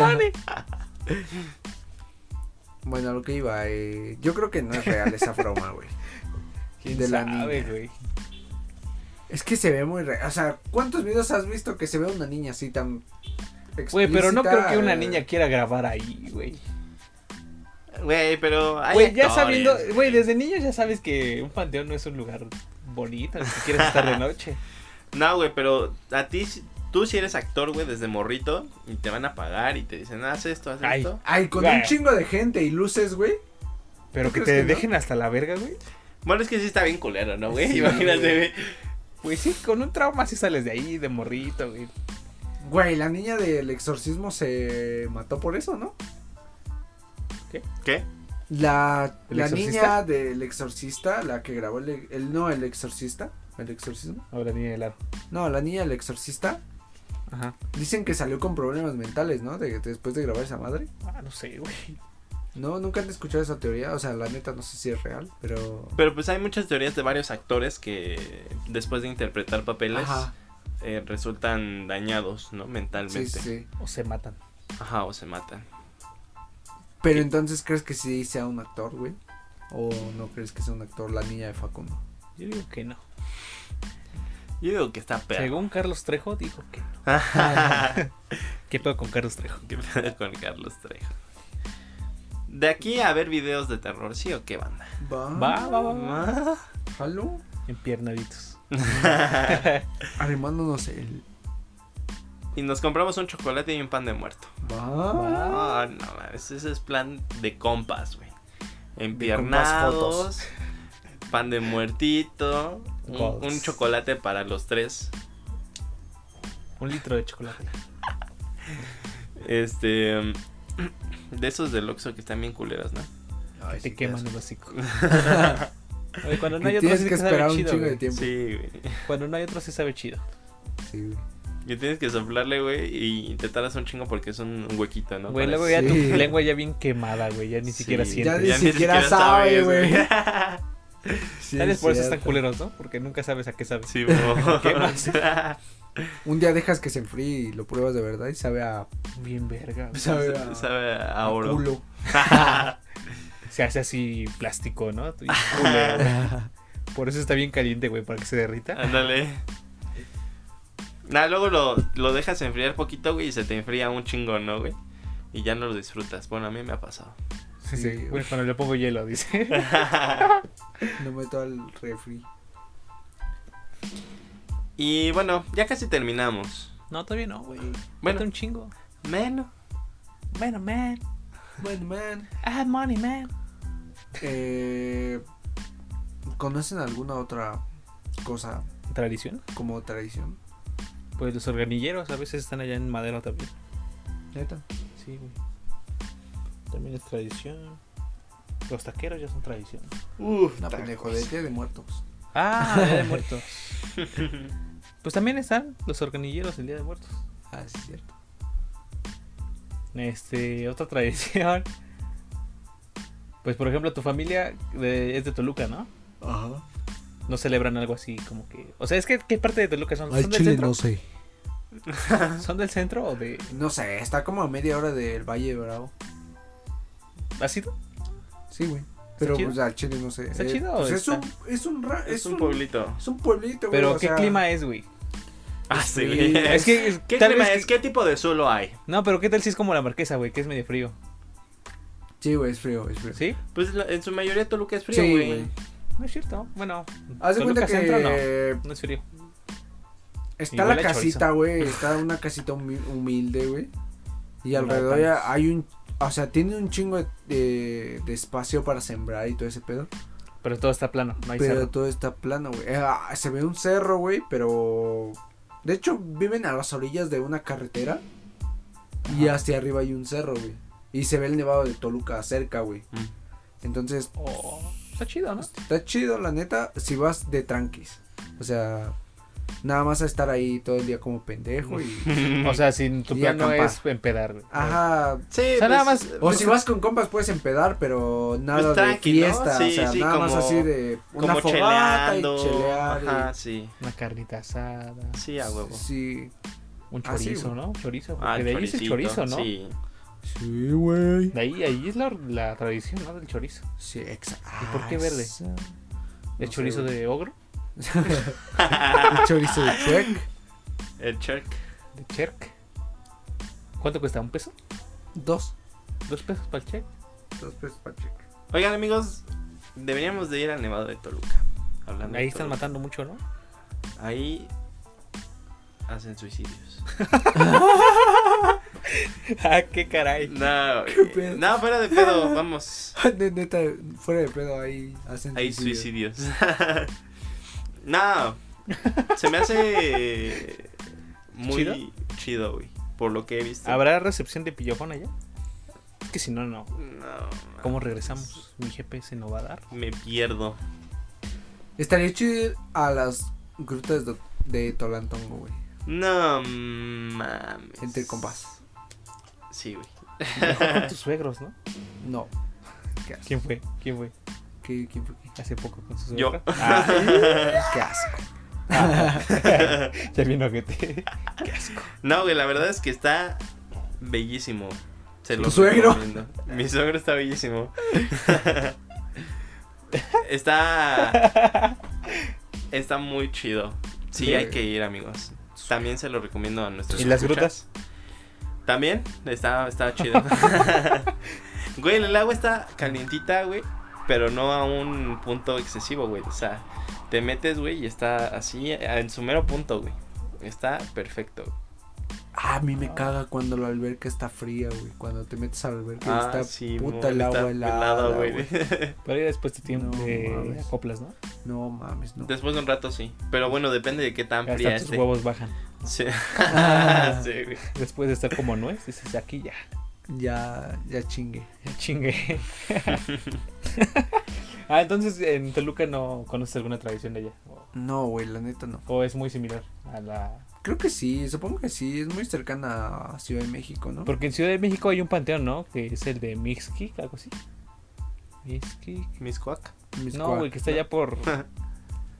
money. Bueno, a lo que iba, eh, yo creo que no es real esa broma, güey. ¿Quién De la sabe, niña. güey? Es que se ve muy real. O sea, ¿cuántos videos has visto que se ve una niña así tan. Güey, pero no explícita? creo que una niña quiera grabar ahí, güey. Güey, pero. hay Güey, ya actores, sabiendo, güey, desde niño ya sabes que un panteón no es un lugar bonito, ni siquiera estar de noche. No, güey, pero a ti, si- tú si eres actor, güey, desde morrito, y te van a pagar y te dicen, haz esto, haz Ay. esto. Ay, con Güey. un chingo de gente y luces, güey. Pero ¿Tú que crees te que no? dejen hasta la verga, güey. Bueno, es que sí está bien culero, ¿no, güey? Sí, Imagínate, Güey, güey. Pues sí, con un trauma sí sales de ahí, de morrito, güey. Güey, la niña del exorcismo se mató por eso, ¿no? ¿Qué? La, ¿El la exorcista? niña del exorcista, la que grabó el, el- No, el exorcista. ¿El exorcismo? Ahora niña de lado. No, la niña del exorcista. Ajá. Dicen que salió con problemas mentales, ¿no? De- después de grabar esa madre. Ah, no sé, güey. No, nunca han escuchado esa teoría. O sea, la neta no sé si es real, pero. Pero pues hay muchas teorías de varios actores que después de interpretar papeles Ajá, eh, resultan dañados, ¿no? sí, Mentalmente. sí, sí. O se matan. Ajá, o se matan. Pero entonces, ¿crees que sí sea un actor, güey? ¿O no crees que sea un actor la niña de Facundo? Yo digo que no. Yo digo que está peor. Según Carlos Trejo, dijo que no. ¿Qué pedo con Carlos Trejo? ¿Qué pedo con Carlos Trejo? De aquí a ver videos de terror, ¿sí o qué banda? Va, va, va, va. ¿Halo? Empiernaditos. Arrimándonos el. y nos compramos un chocolate y un pan de muerto. Va. Ah, no, mames, ese es plan de compas, güey. fotos. Empiernados, pan de muertito, un, Goals. un chocolate para los tres. Un litro de chocolate. Este. mm, De esos del Oxxo que están bien culeras, ¿no? Ay, sí, Te queman asco. el hocico. Oye, cuando no hay Y otro tienes sí que te sabe esperar un chido, chingo güey. de tiempo. Sí, Sí, güey. Cuando no hay otro sí sabe chido. güey. Y tienes que soplarle, güey, y te tardas un chingo porque es un huequito, ¿no? Güey, Para- luego ya tu Sí. lengua ya bien quemada, güey. Ya ni Sí, siquiera Ya sientes. ni Ya, siquiera sabe, sabes, güey. Sí, después es por eso están cierto. culeros, ¿no? Porque nunca sabes a qué sabes. Sí, güey. ¿Qué más? Un día dejas que se enfríe y lo pruebas de verdad y sabe a. Bien verga. güey. Sabe a. Sabe a a oro. culo. Se hace así plástico, ¿no? Tu- culero, güey. Por eso está bien caliente, güey, para que se derrita. Ándale. Nah, luego lo, lo dejas enfriar poquito, güey, y se te enfría un chingo, ¿no, güey? Y ya no lo disfrutas. Bueno, a mí me ha pasado. Sí, Sí, sí. güey. Güey, cuando le pongo hielo, dice. Lo meto al refri. y bueno, ya casi terminamos. No, todavía no, güey. Bueno. Bueno. un chingo. Menos. Bueno, man. Bueno, man. I have money, man. Eh, ¿Conocen alguna otra cosa ¿Tradición? como tradición? Pues los organilleros a veces están allá en Madero también. Neta. Sí, güey. También es tradición. Los taqueros ya son tradición. Uf, Una pendejo de Día de muertos. Ah, el Día de Muertos. pues también están los organilleros el Día de Muertos. Ah, sí, es cierto. Este, otra tradición. Pues por ejemplo, tu familia de- es de Toluca, ¿no? Ajá. No celebran algo así como que. O sea, es que ¿qué parte de Toluca son? Al ¿Son del chile centro? no sé. ¿Son del centro o de. No sé, está como a media hora del Valle de Bravo. ¿Ha sido? Sí, güey. Pero chido? pues al chile no sé. ¿Está Eh, chido o pues, es, está? un, es un ra- Es un pueblito. Es un pueblito, güey. Pero o ¿qué sea, clima es, güey? Ah, sí, Sí. güey. Es que. es- ¿Qué tal clima vez es? ¿Qué tipo de suelo hay? No, pero ¿qué tal si es como la marquesa, güey? Que es medio frío. Sí, güey, es frío, es frío. ¿Sí? Pues la- en su mayoría Toluca es frío, Sí, güey. güey. No es cierto. Bueno, Haz de cuenta Toluca que centro no. No es frío. está Y la huele a casita, güey. Está una casita humi- humilde, güey. Y No, alrededor tanto. ya hay un... O sea, tiene un chingo de, de- de espacio para sembrar y todo ese pedo. Pero todo está plano, no hay Pero cerro. todo está plano, güey. Eh, ah, se ve un cerro, güey, pero... De hecho, viven a las orillas de una carretera. Y Ajá. hacia arriba hay un cerro, güey. Y se ve el nevado de Toluca cerca, güey. Mm. Entonces, Oh, está chido, ¿no? está chido, la neta, si vas de tranquis. O sea, nada más a estar ahí todo el día como pendejo y... O sea, si tu Y plan no acampar. es empedar, güey. Ajá. Sí, O sea, nada pues, más- O si vas con compas puedes empedar, pero nada Pues de tranqui, ¿no? fiesta. O Sí, sea, sí, nada más como- así de una como fogata cheleando. y chelear. y- Ajá, sí. Una carnita asada, Sí, a huevo. Sí. un Ah, sí, chorizo, güey. ¿no? Un chorizo, porque Ah, de ahí es el chorizo, ¿no? Sí. Sí, güey. De ahí, ahí es la, la tradición, ¿no? Del chorizo. Sí, exacto. ¿Y por qué verde? ¿El Ah, No sé, chorizo güey. de ogro? El chorizo de chuec. El Cherk. ¿De cherk? ¿Cuánto cuesta? ¿Un peso? Dos. ¿Dos pesos para el cherk? Dos pesos para chuec. Oigan, amigos, deberíamos de ir al Nevado de Toluca. Hablando Ahí de están Toluca. matando mucho, ¿no? Ahí hacen suicidios. ¡Ah, qué caray! No, Qué eh, pedo. no, fuera de pedo, vamos. De neta, fuera de pedo, ahí hacen Hay suicidio. suicidios. no, se me hace muy ¿Chido? chido, güey. Por lo que he visto. ¿Habrá recepción de pillofón allá? Es que si no, no. No, ¿Cómo regresamos? ¿Mi GPS no va a dar? me pierdo. Estaría chido ir a las grutas de, de Tolantongo, güey. No mames. Entre compas. Sí, güey. Mejor con tus suegros, ¿no? No. Qué asco. ¿Quién fue? ¿Quién fue? ¿Qué- quién fue? Hace poco con su Yo. suegra. Ah. Qué asco. ya bien ojete. No, güey, la verdad es que está bellísimo. Se ¿Tu suegro? recomiendo. Mi suegro está bellísimo. está. Está muy chido. Sí, Sí. hay que ir, amigos. También se lo recomiendo a nuestros. ¿Y las escuchas. grutas? También está, está chido. güey, el agua está calientita, güey. Pero no a un punto excesivo, güey. O sea, te metes, güey, y está así en su mero punto, güey. Está perfecto. Ah, a mí me caga cuando la alberca está fría, güey. Cuando te metes a la alberca y Ah, está sí, puta mon, el está agua helada, helado, güey. güey. Pero ya después te tiempo No de mames. acoplas, ¿no? No mames, no. Después de un rato sí. Pero bueno, depende de qué tan fría Hasta tus esté. huevos Ah. bajan. Sí. Sí, güey. Después de estar como nuez, dices aquí ya. Ya, ya chingue. Ya chingue. ah, entonces en Toluca no conoces alguna tradición de allá. O, No, güey, la neta no. o es muy similar a la. Creo que sí, supongo que sí. Es muy cercana a Ciudad de México, ¿no? Porque en Ciudad de México hay un panteón, ¿no? Que es el de Mixquic, algo así. Mixquic. Miscuac. No, Mixcoac. güey, que está allá por.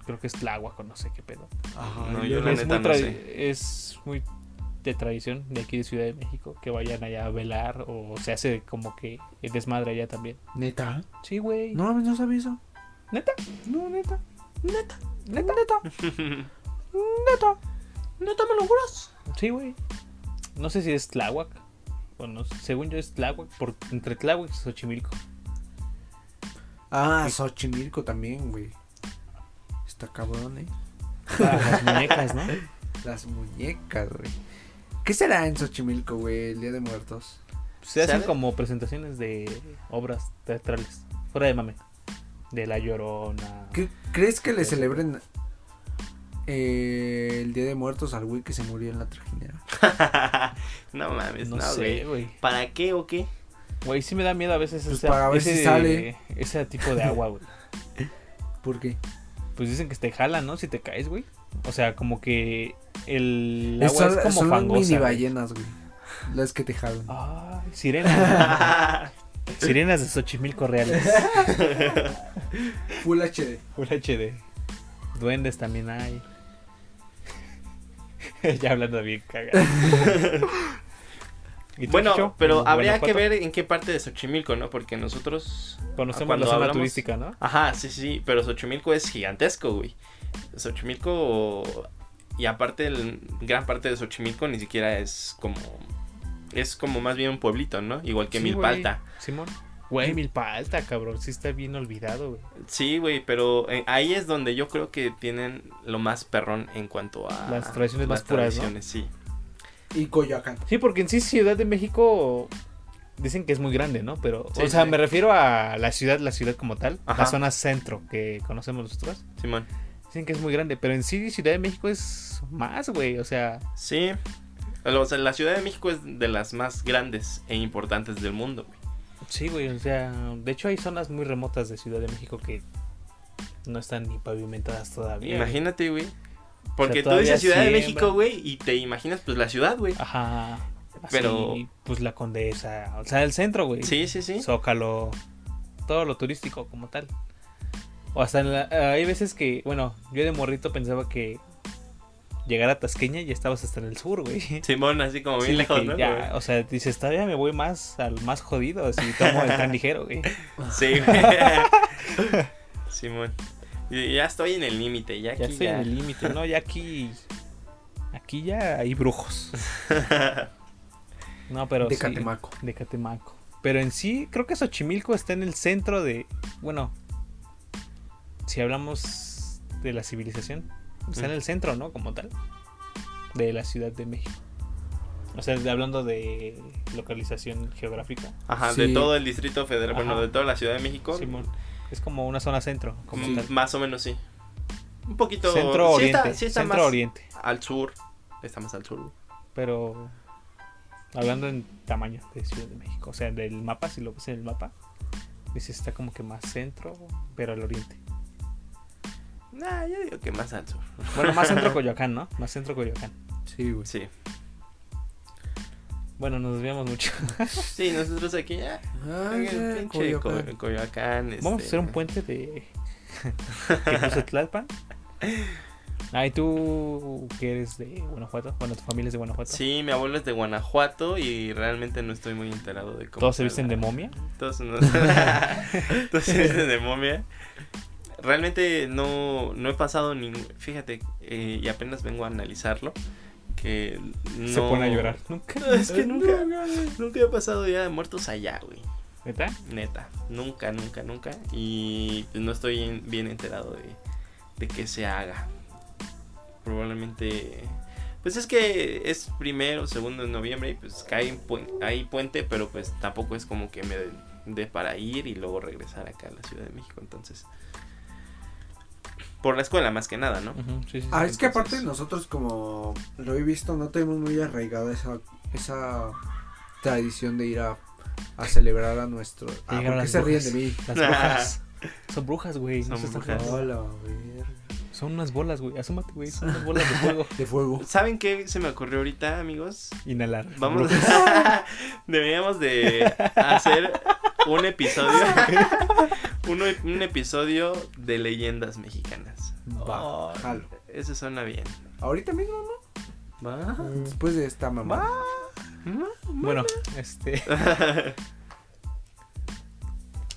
Creo que es Tláhuac, o no sé qué pedo. Ajá, No, y yo luego- la es, neta muy no tradi- sé. es muy de tradición de aquí de Ciudad de México que vayan allá a velar o se hace como que el desmadre allá también. ¿Neta? Sí, güey. No mames, no sabía eso. ¿Neta? No, neta. Neta. ¿Neta? ¿No te me lo juras? Sí, güey. No sé si es Tláhuac. O no, sé. según yo es Tláhuac, por, entre Tláhuac y Xochimilco. Ah, Xochimilco también, güey. Está cabrón, eh. Ah, las muñecas, ¿no? Las muñecas, güey. ¿Qué será en Xochimilco, güey? El Día de Muertos. Se hacen ¿Sabe? como presentaciones de obras teatrales. Fuera de mame. De La Llorona. ¿Qué- ¿Crees que le celebren eh, el Día de Muertos al güey que se murió en la trajinera? no mames, No, no, güey. sé, güey. ¿Para qué o qué? Güey, sí me da miedo a veces Pues para ver si sale. ese tipo de agua, güey. ¿Por qué? Pues dicen que te jalan, ¿no? Si te caes, güey. O sea, como que el Es- agua es, son como son las fangosa. mini güey. Ah. ballenas, güey. Las que te jalan. Ay, sirenas. sirenas de Xochimilco reales. Full HD. Full HD. Duendes también hay. ya hablando bien cagado. ¿Y tú, bueno, Chicho? pero ¿En habría que Guanajuato? ver en qué parte de Xochimilco, ¿no? Porque nosotros. ah, Conocemos cuando la zona hablamos- turística, ¿no? Ajá, sí, sí, pero Xochimilco es gigantesco, güey. Xochimilco. Y aparte, el- gran parte de Xochimilco ni siquiera es como. Es como más bien un pueblito, ¿no? Igual que Sí, Milpalta. güey. Simón. Güey, Milpalta, cabrón. Sí está bien olvidado, güey. Sí, güey, pero eh, ahí es donde yo creo que tienen lo más perrón en cuanto a. Las tradiciones más puras, ¿no? tradiciones, sí. Y Coyoacán. Sí, porque en sí Ciudad de México dicen que es muy grande, ¿no? Pero, Sí, o sea, sí. me refiero a la ciudad, la ciudad como tal, Ajá. la zona centro que conocemos nosotros. Simón. Dicen que es muy grande, pero en sí Ciudad de México es más, güey. O sea, Sí. O sea, la Ciudad de México es de las más grandes e importantes del mundo, güey. sí, güey. O sea, de hecho hay zonas muy remotas de Ciudad de México que no están ni pavimentadas todavía. güey. Imagínate, güey. Porque tú todavía dices Ciudad de siembra. Ah. México, güey, y te imaginas, pues, la ciudad, güey. Ajá. Pero- Pero. pues la condesa. O sea, el centro, güey. Sí, sí, sí. Zócalo, todo lo turístico como tal. O hasta en la- hay veces que, bueno, yo de morrito pensaba que llegar a Tasqueña ya estabas hasta en el sur, güey. Simón, así como bien Sí, de lejos, que ¿no? ya, o sea, dices, todavía me voy más al más jodido, así tomo el tren ligero, güey. Sí, güey. Simón. Y Ya estoy en el límite, ya aquí Ya ya. estoy en el límite, ¿no? Ya aquí, aquí ya hay brujos. No, pero Ah, de sí, Catemaco. de Catemaco. Pero en sí, creo que Xochimilco está en el centro de, bueno, si hablamos de la civilización, está en Mm. el centro, ¿no? Como tal, de la Ciudad de México. O sea, de- hablando de localización geográfica, Ajá, Sí. de todo el Distrito Federal, bueno, Ajá. de toda la Ciudad de México. Simón, es como una zona centro, como Mm, tal. Más o menos, sí. Un poquito... Centro sí Oriente, está, sí está centro más Oriente, al sur. Está más al sur, güey. pero hablando en tamaño de Ciudad de México, o sea, del mapa, si lo ves en el mapa, dices está como que más centro, pero al oriente. Nah, yo digo que más al sur. Bueno, más centro Coyoacán, ¿no? Más centro Coyoacán. Sí, güey. Sí. Bueno, nos desviamos mucho. Sí, nosotros aquí ya. Ah, en el ya, pinche Coyoacán. Co- Coyoacán. este, Vamos a hacer un puente de. que puso Tlalpan. Ay, tú que eres de Guanajuato. Bueno, tu familia es de Guanajuato. Sí, mi abuelo es de Guanajuato y realmente no estoy muy enterado de cómo. Todos se está visten la- de momia. Todos, nos- todos se visten de momia. Realmente no, no he pasado ningún. Fíjate, eh, y apenas vengo a analizarlo. Que no... Se pone a llorar. Nunca. Es que nunca, nunca he pasado Día de Muertos allá, güey. ¿Neta? Neta, nunca, nunca, nunca. Y pues, no estoy en- bien enterado de, de qué se haga. Probablemente. Pues es que es primero, segundo de noviembre y pues cae en puen- hay puente, pero pues tampoco es como que me dé dé para ir y luego regresar acá a la Ciudad de México. Entonces, por la escuela más que nada, ¿no? Ujú, sí, sí, sí. Ah, es que aparte Entonces- nosotros como lo he visto, no tenemos muy arraigada esa, esa tradición de ir a, a celebrar a nuestro... Ah, llegaron ¿Por qué las se ríen brujas. de mí? Las brujas. Son brujas, güey. no Son seas tan brujas. jodido. Hola, a ver. Son unas bolas, güey. Asómate, güey. Son unas bolas de fuego. De fuego. ¿Saben qué se me ocurrió ahorita, amigos? Inhalar. Vamos. Brujas. Deberíamos de hacer un episodio. un, e- un episodio de leyendas mexicanas. Oh. Va, Ay. jalo. Eso suena bien. Ahorita mismo, ¿no? ¿Va? Mm, Después pues de esta mamá. Bueno, este.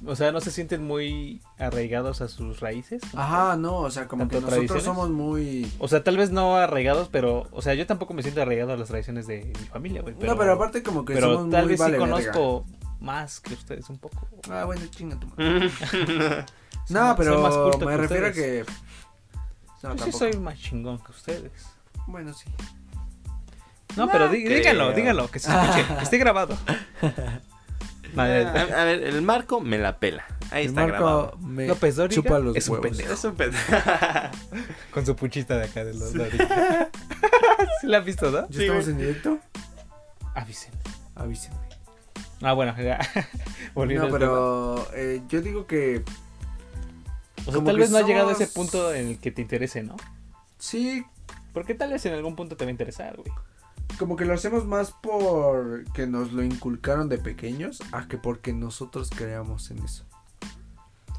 O sea, no se sienten muy arraigados a sus raíces. Ajá, no, o sea, como que ¿Tanto nosotros tradiciones? somos muy... O sea, tal vez no arraigados, pero. O sea, yo tampoco me siento arraigado a las tradiciones de mi familia, güey. Pero, no, pero aparte como que pero somos tal muy vez vale sí verga. conozco más que ustedes un poco. Ah, bueno, chinga tu madre. Mm, Soy No, más- pero soy más culto me que refiero ustedes. a que... No, yo sí tampoco. soy más chingón que ustedes. Bueno, sí. No, pero di- creo. díganlo, díganlo, que se escuche, que esté grabado. Madre, a, a ver, el marco me la pela. Ahí El está Marco grabado. me López Dóriga chupa los es un huevos. pendejo. Es un ped- Con su puchita de acá de los Dóriga. ¿Sí la has visto, no? ¿Ya Sí, estamos güey. en directo? Avisen. Avísenme. Ah, bueno, ya. Volviendo No, al tema. pero eh, yo digo que O sea, como tal que vez no ha llegado a somos- ese punto en el que te interese, ¿no? sí, Porque tal vez en algún punto te va a interesar, güey. como que lo hacemos más por que nos lo inculcaron de pequeños a que porque nosotros creamos en eso.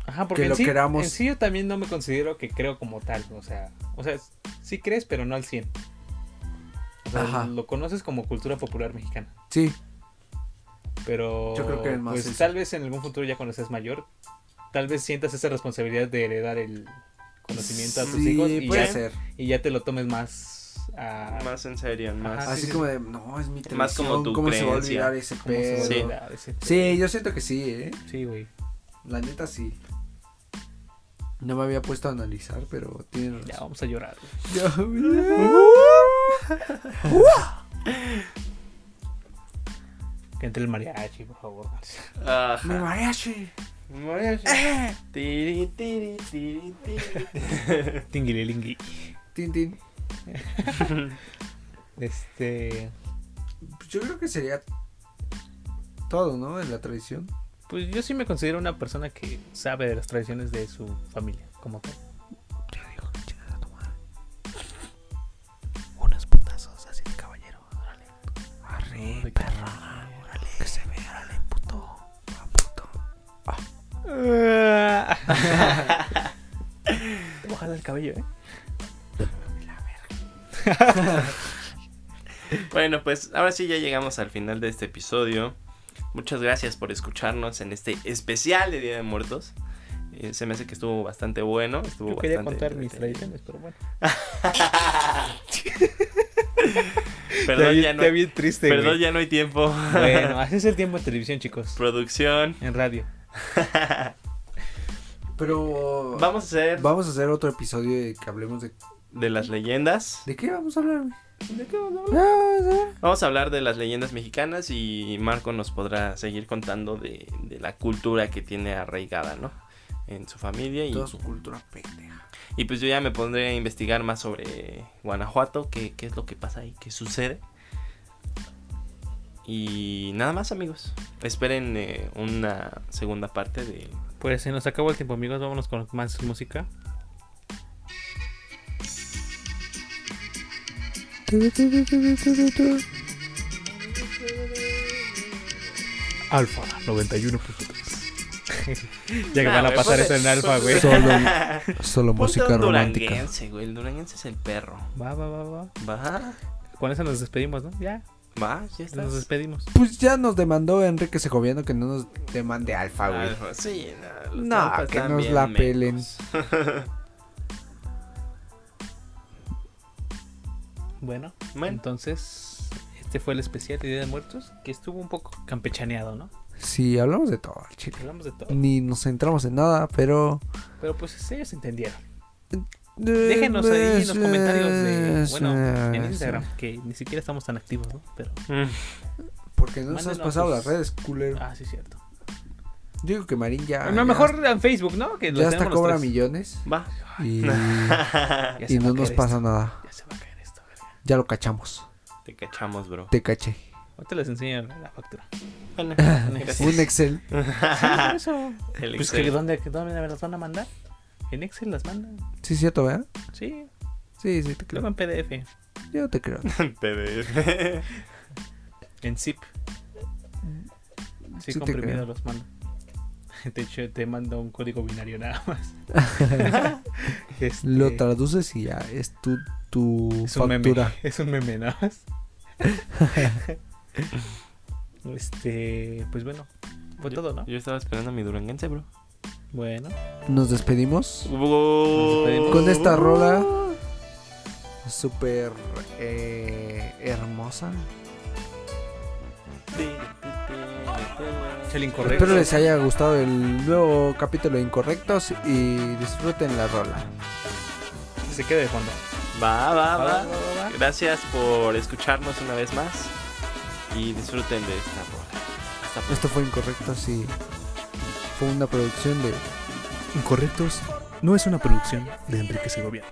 Ajá, porque Que en, lo sí, queramos. en sí yo también no me considero que creo como tal, o sea, o sea, s- sí crees, pero no al 100. O sea, Ajá. lo conoces como cultura popular mexicana, Sí, pero Yo creo que es más pues eso. tal vez en algún futuro ya cuando seas mayor, tal vez sientas esa responsabilidad de heredar el conocimiento a tus sí, hijos y puede ya, ser. y ya te lo tomes más a más en serio, más. Ah, Así sí, sí, como de, no, es mi tradición, Más como tu ¿cómo se va a creencia. olvidar ese cómo se pedo? va a Sí. olvidar ese- Sí, yo siento que sí, eh. Sí, güey. La neta sí. No me había puesto a analizar, pero tienes Ya razón. vamos a llorar. güey. Que entre el mariachi, por favor. Mi Ajá. mariachi. Tiri, tiri, tiri, tiri. Tinguililingui. Tin, tin. Este, Pues Yo creo que sería todo, ¿no? En la tradición. Pues yo sí me considero una persona que sabe de las tradiciones de su familia, como tal. Yo digo, chingas a tu madre. Unos putazos así de caballero, órale. Arre, perro, órale. Que se vea, órale, puto. Va, puto. Te voy a jalar el cabello, ¿eh? Bueno, pues ahora sí ya llegamos al final de este episodio. Muchas gracias por escucharnos en este especial de Día de Muertos. Eh, se me hace que estuvo bastante bueno. Estuvo Yo quería bastante contar mis entretenido. tradiciones, pero bueno. Perdón, ya no, hay, bien triste, perdón ya no hay tiempo. este, Bueno, así es el tiempo en televisión, chicos. Producción. En radio. Pero Vamos a hacer vamos a hacer otro episodio de que hablemos de... de las leyendas. ¿De qué vamos a hablar? güey? Ah, Vamos a hablar de las leyendas mexicanas y Marco nos podrá seguir contando de, de la cultura que tiene arraigada, ¿no? En su familia y Toda su cultura pendeja. Y pues yo ya me pondré a investigar más sobre Guanajuato, qué, qué es lo que pasa ahí, qué sucede. Y nada más amigos. Esperen eh, una segunda parte de... Pues se nos acabó el tiempo, amigos. Vámonos con más música. Alfa 91.3. ya que Nah, van a güey, pasar ponte- eso en alfa, güey. ponte- Solo, solo Ponte música Pues un romántica. duranguense, güey. El duranguense es el perro. Va, va, va, va. Va, Con eso nos despedimos, ¿no? Ya, va, ya está. nos despedimos. Pues ya nos demandó Enrique Segoviano que no nos demande alfa, Ah, güey. Alfa, sí, no, los No, Alfa que están nos bien la mecos. pelen. Bueno, Bueno. entonces, este fue el especial de Día de Muertos, que estuvo un poco campechaneado, ¿no? Sí, hablamos de todo, al chile. Hablamos de todo. Ni nos centramos en nada, pero. Pero pues ellos entendieron. Déjenos ahí en los comentarios de, bueno, en Instagram, que ni siquiera estamos tan activos, ¿no? Pero, Mm. Porque no nos has Mándenos pasado sus- las redes, culero. ah, sí, cierto. Yo digo que Marín ya. no, Ah, ya- mejor en Facebook, ¿no? Que los Ya hasta tenemos los cobra tres. millones. Va. Y, Ya y se va no a nos caer pasa esto. nada. Ya se va a caer esto, verga. Ya lo cachamos. Te cachamos, bro. Te caché. Ahorita les enseño la factura. Bueno, Un gracias. Excel. Sí, por eso. El Pues Excel. que ¿dónde, dónde me las van a mandar? En Excel las mandan. Sí, es cierto, ¿verdad? Sí, Sí, sí, te creo. luego en PDF. Yo te creo. PDF. En zip. Sí Sí, te comprimido creo. los mando. De hecho, te mando un código binario nada más. Este, Lo traduces y ya es tu, tu es un meme. factura. Es un meme nada más. este, pues bueno, fue todo, ¿no? Yo estaba esperando a mi duranguense, bro. Bueno, Nos despedimos despedimos. con esta rola súper eh, hermosa. es el incorrecto. Espero les haya gustado el nuevo capítulo de Incorrectos y disfruten la rola. Se quede de fondo. Va, va, Va, va, va. va, va. Gracias por escucharnos una vez más. Y disfruten de esta rola. Hasta pronto. Esto fue Incorrectos y fue una producción de Incorrectos no es una producción de Enrique Segovia.